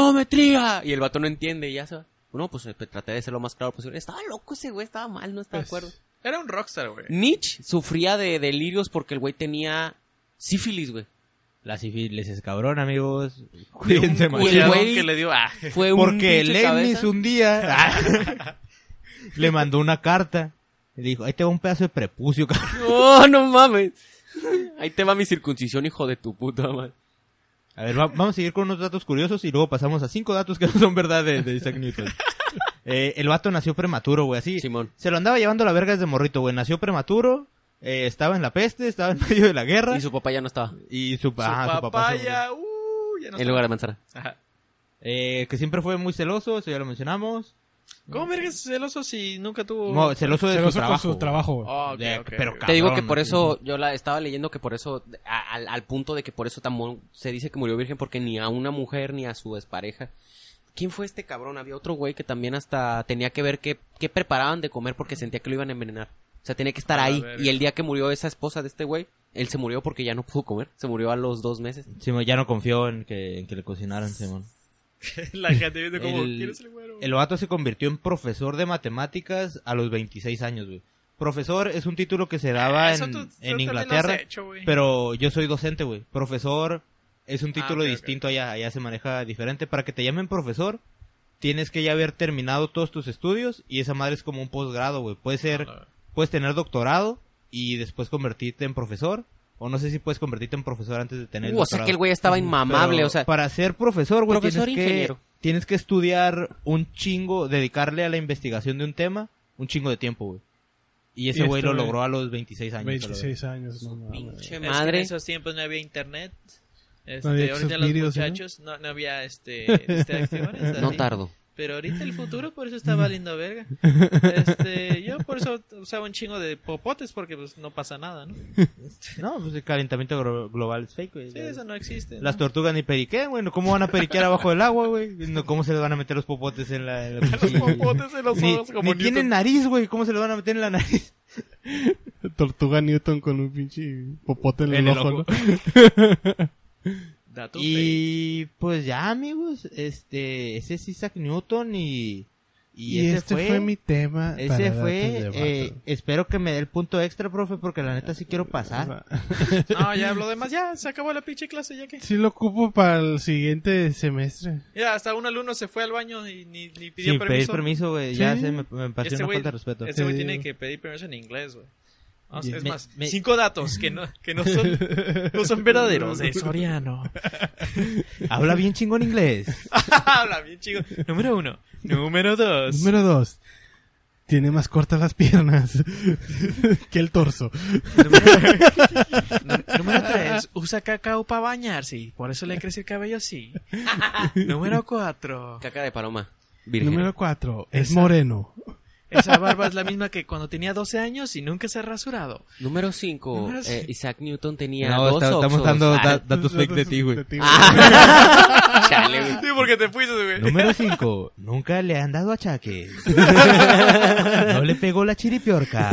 Speaker 4: trigonometría. Y el vato no entiende y ya se va. No, pues eh, traté de ser lo más claro posible. Estaba loco ese güey, estaba mal, no estaba de
Speaker 2: Pues-
Speaker 4: acuerdo.
Speaker 3: Era un rockstar, güey.
Speaker 4: Nietzsche sufría de delirios porque el güey tenía sífilis, güey.
Speaker 1: La sífilis es cabrón, amigos.
Speaker 3: Un
Speaker 1: Cuídense,
Speaker 4: Y el
Speaker 3: culeadón
Speaker 1: machado.
Speaker 4: güey-
Speaker 3: que le dio... Ah,
Speaker 4: Fue un
Speaker 1: Porque
Speaker 4: pinche
Speaker 1: Leibniz
Speaker 4: cabeza.
Speaker 1: un día le mandó una carta. Le dijo, ahí te va un pedazo de prepucio, cabrón.
Speaker 4: No, no mames. Ahí te va mi circuncisión, hijo de tu puta madre.
Speaker 1: A ver, va- vamos a seguir con unos datos curiosos y luego pasamos a cinco datos que no son verdad de, de Isaac Newton. Eh, el vato nació prematuro, güey, así.
Speaker 4: Simón.
Speaker 1: Se lo andaba llevando a la verga desde morrito, güey. Nació prematuro, eh, estaba en la peste, estaba en medio de la guerra.
Speaker 4: Y su papá ya no estaba.
Speaker 1: Y su,
Speaker 3: Su
Speaker 1: ah, su papá
Speaker 3: papá
Speaker 1: se murió.
Speaker 3: ya, uh, ya no
Speaker 4: en lugar de manzana.
Speaker 3: está. Ajá.
Speaker 1: Eh, que siempre fue muy celoso, eso ya lo mencionamos.
Speaker 3: ¿Cómo verga es celoso si nunca tuvo...?
Speaker 1: Mo- celoso de
Speaker 2: Se
Speaker 1: su
Speaker 2: lo con
Speaker 1: trabajo.
Speaker 2: su
Speaker 1: güey.
Speaker 2: trabajo, güey.
Speaker 3: Oh, ok,
Speaker 1: De-
Speaker 3: ok,
Speaker 1: pero
Speaker 3: ok.
Speaker 1: cabrón,
Speaker 4: Te digo que por
Speaker 1: ¿no?
Speaker 4: eso, yo la estaba leyendo que por eso, a- al, al punto de que por eso también se dice que murió virgen, porque ni a una mujer ni a su expareja. ¿Quién fue este cabrón? Había otro güey que también hasta tenía que ver qué, qué preparaban de comer porque sentía que lo iban a envenenar. O sea, tenía que estar
Speaker 3: A la
Speaker 4: ahí.
Speaker 3: verga.
Speaker 4: Y el día que murió esa esposa de este güey, él se murió porque ya no pudo comer. Se murió a los dos meses.
Speaker 1: Simón, ya no confió en que, en que le cocinaran, Simón.
Speaker 3: La gente viendo como,
Speaker 1: El-
Speaker 3: ¿quién es el güero?
Speaker 1: El vato se convirtió en profesor de matemáticas a los 26 años, güey. Profesor es un título que se daba
Speaker 3: Ah, eso
Speaker 1: en,
Speaker 3: tú-
Speaker 1: en
Speaker 3: tú también lo has
Speaker 1: Inglaterra,
Speaker 3: hecho, güey.
Speaker 1: pero yo soy docente, güey. Profesor es un
Speaker 3: Ah,
Speaker 1: título
Speaker 3: ok, ok.
Speaker 1: distinto allá, allá se maneja diferente. Para que te llamen profesor, tienes que ya haber terminado todos tus estudios y esa madre es como un posgrado, güey. Puede ser,
Speaker 3: Ah,
Speaker 1: puedes tener doctorado y después convertirte en profesor, o no sé si puedes convertirte en profesor antes de tener el
Speaker 4: Uh, o sea,
Speaker 1: doctorado.
Speaker 4: que el güey estaba
Speaker 1: Pero
Speaker 4: inmamable. O sea,
Speaker 1: para ser profesor, güey,
Speaker 4: Profesor
Speaker 1: tienes que-
Speaker 4: ingeniero.
Speaker 1: tienes que estudiar un chingo, dedicarle a la investigación de un tema un chingo de tiempo, güey. Y ese
Speaker 2: Y
Speaker 1: güey
Speaker 2: este
Speaker 1: lo
Speaker 2: güey,
Speaker 1: logró a los 26 años. a la verga.
Speaker 2: 26 años, no mames.
Speaker 4: pinche
Speaker 3: Es que
Speaker 4: madre.
Speaker 3: en esos tiempos no había internet. Este,
Speaker 2: No había
Speaker 3: ahorita
Speaker 2: esos ¿eh?
Speaker 3: los
Speaker 2: videos, ¿no?
Speaker 3: muchachos no, no había este, distracciones.
Speaker 4: no
Speaker 3: así.
Speaker 4: tardo.
Speaker 3: Pero ahorita el futuro, por eso está valiendo verga. Este, yo por eso usaba un chingo de popotes porque pues no pasa nada, ¿no?
Speaker 1: No, pues el calentamiento glo- global es fake, güey.
Speaker 3: Sí, eso no existe. ¿no?
Speaker 1: Las tortugas ni periquean, güey. no, ¿Cómo van a periquear abajo del agua, güey? No, ¿Cómo se les van a meter los popotes en la... en la pinche-
Speaker 3: en los
Speaker 1: Ni, ni tienen nariz, güey. ¿Cómo se les van a meter en la nariz?
Speaker 2: Tortuga Newton con un pinche popote en el,
Speaker 1: En el
Speaker 2: ojo,
Speaker 1: ojo.
Speaker 2: ¿no?
Speaker 1: Y pues ya, amigos, este, ese es Isaac Newton y... Y,
Speaker 2: Y,
Speaker 1: ese
Speaker 2: este fue, mi tema.
Speaker 1: Ese
Speaker 2: para
Speaker 1: fue.
Speaker 2: datos de
Speaker 1: eh, espero que me dé el punto extra, profe, porque la neta sí quiero pasar.
Speaker 2: vato.
Speaker 3: No, ya lo demás, ya se acabó la pinche clase, ya que.
Speaker 2: Sí lo ocupo para el siguiente semestre.
Speaker 3: Mira, hasta un alumno se fue al baño y ni, ni pidió
Speaker 1: Sin pedir
Speaker 3: permiso.
Speaker 1: permiso, güey.
Speaker 2: Sí.
Speaker 1: Ya se me, me pareció
Speaker 3: Este
Speaker 1: una
Speaker 3: güey-
Speaker 1: falta de respeto.
Speaker 3: Ese güey
Speaker 2: Sí.
Speaker 3: tiene que pedir permiso en inglés, güey. Vamos,
Speaker 2: Bien.
Speaker 3: es
Speaker 1: Me-
Speaker 3: más,
Speaker 1: me-
Speaker 3: cinco datos que no, que no son, no son verdaderos de Soriano.
Speaker 1: Habla bien chingón inglés.
Speaker 3: Habla bien, chico. Número uno. Número
Speaker 1: Pues
Speaker 3: dos.
Speaker 2: Número 2. Tiene más cortas las piernas que el torso.
Speaker 3: Número 3, usa cacao para bañarse y por eso le crece el cabello así. Número 4,
Speaker 4: Caca de paloma. Virgen.
Speaker 2: Número 4. Es
Speaker 3: Esa.
Speaker 2: moreno.
Speaker 3: esa barba es la misma que cuando tenía 12 años y nunca se ha rasurado.
Speaker 4: Número 5.
Speaker 3: Número cinco.
Speaker 4: Isaac Newton tenía
Speaker 1: No,
Speaker 4: dos
Speaker 1: está- estamos
Speaker 4: oxos.
Speaker 1: dando
Speaker 4: Ah,
Speaker 1: da- datos fake de ti, güey.
Speaker 2: Ah.
Speaker 4: chale, güey.
Speaker 3: Sí, porque te fuiste, güey.
Speaker 1: Número 5. Nunca le han dado achaques. No le pegó la chiripiorca.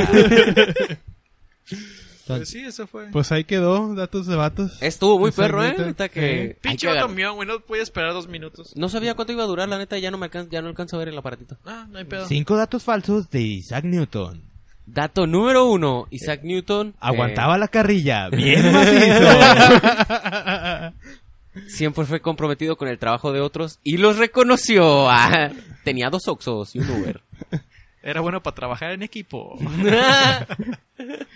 Speaker 3: Pues sí, eso fue.
Speaker 2: Pues ahí quedó, datos de vatos.
Speaker 4: Estuvo muy
Speaker 2: Isaac
Speaker 4: perro, ¿eh?
Speaker 2: Newton.
Speaker 4: Ahorita que...
Speaker 2: Eh,
Speaker 4: Ay,
Speaker 3: Pinche
Speaker 4: qué agar-
Speaker 3: vato mión, güey, no podía esperar dos minutos.
Speaker 4: No sabía cuánto iba a durar, la neta, ya no me alcanza, ya no alcanzo a ver el aparatito.
Speaker 3: Ah, no hay pedo.
Speaker 1: Cinco datos falsos de Isaac Newton.
Speaker 4: Dato número uno, Isaac Newton... eh,
Speaker 1: Aguantaba la carrilla. Bien macizo.
Speaker 4: siempre fue comprometido con el trabajo de otros y los reconoció. Ah, tenía dos oxos y un Uber.
Speaker 3: Era bueno para trabajar en equipo.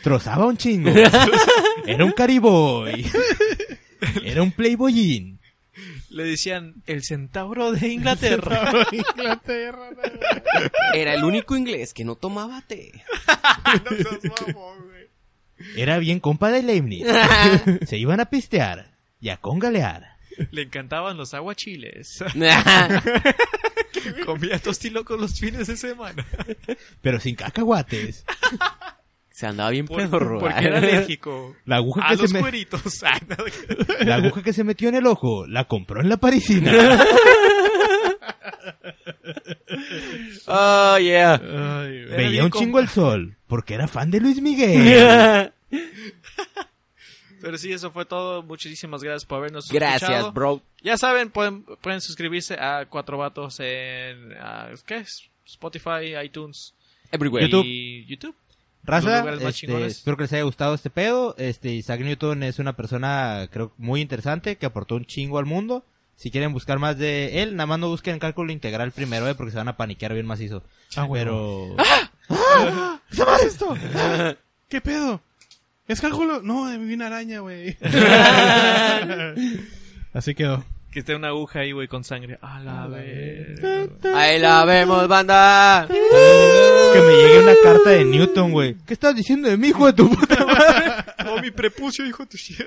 Speaker 1: Trozaba un chingo. Era un cariboy. Era un playboyín.
Speaker 3: Le decían el centauro de Inglaterra.
Speaker 2: Inglaterra,
Speaker 4: Era el único inglés que no tomaba té.
Speaker 1: Era bien compa de Leibniz. Se iban a pistear y a congalear.
Speaker 3: Le encantaban los aguachiles.
Speaker 4: Ah,
Speaker 3: Comía tostilocos los fines de semana.
Speaker 1: Pero sin cacahuates.
Speaker 4: Se andaba bien
Speaker 3: Por-
Speaker 4: pedorro.
Speaker 3: porque
Speaker 4: ah.
Speaker 3: era alérgico.
Speaker 1: La aguja,
Speaker 3: A
Speaker 1: que
Speaker 3: los
Speaker 1: se me-
Speaker 3: cueritos. Ah, no,
Speaker 1: la aguja que se metió en el ojo la compró en la parisina.
Speaker 4: Oh, yeah.
Speaker 3: Era
Speaker 1: Veía
Speaker 3: bien
Speaker 1: un
Speaker 3: compa.
Speaker 1: chingo el sol porque era fan de Luis Miguel.
Speaker 3: Pero sí, eso fue todo. Muchísimas gracias por habernos
Speaker 4: Gracias,
Speaker 3: escuchado.
Speaker 4: bro.
Speaker 3: Ya saben, pueden, pueden suscribirse a Cuatro Vatos en... ah, ¿Qué es? Spotify, iTunes
Speaker 4: Everywhere.
Speaker 3: y YouTube. Los
Speaker 1: Raza,
Speaker 3: lugares más
Speaker 1: este,
Speaker 3: chingones.
Speaker 1: espero que les haya gustado este pedo. Este, Isaac Newton es una persona, creo, muy interesante que aportó un chingo al mundo. Si quieren buscar más de él, nada más no busquen cálculo integral primero, eh, porque se van a paniquear bien macizo.
Speaker 2: Ah, güey.
Speaker 1: Pero...
Speaker 2: ¿Qué es esto? ¿Qué pedo? ¿Es cálculo? No, de una araña, güey. Así quedó.
Speaker 3: Que esté una aguja ahí, güey, con sangre. A la verga.
Speaker 4: Ahí la vemos, banda.
Speaker 1: Que me llegue una carta de Newton, güey. ¿Qué estás diciendo de mí, hijo de tu puta madre?
Speaker 3: No, mi prepucio, hijo de tu shit.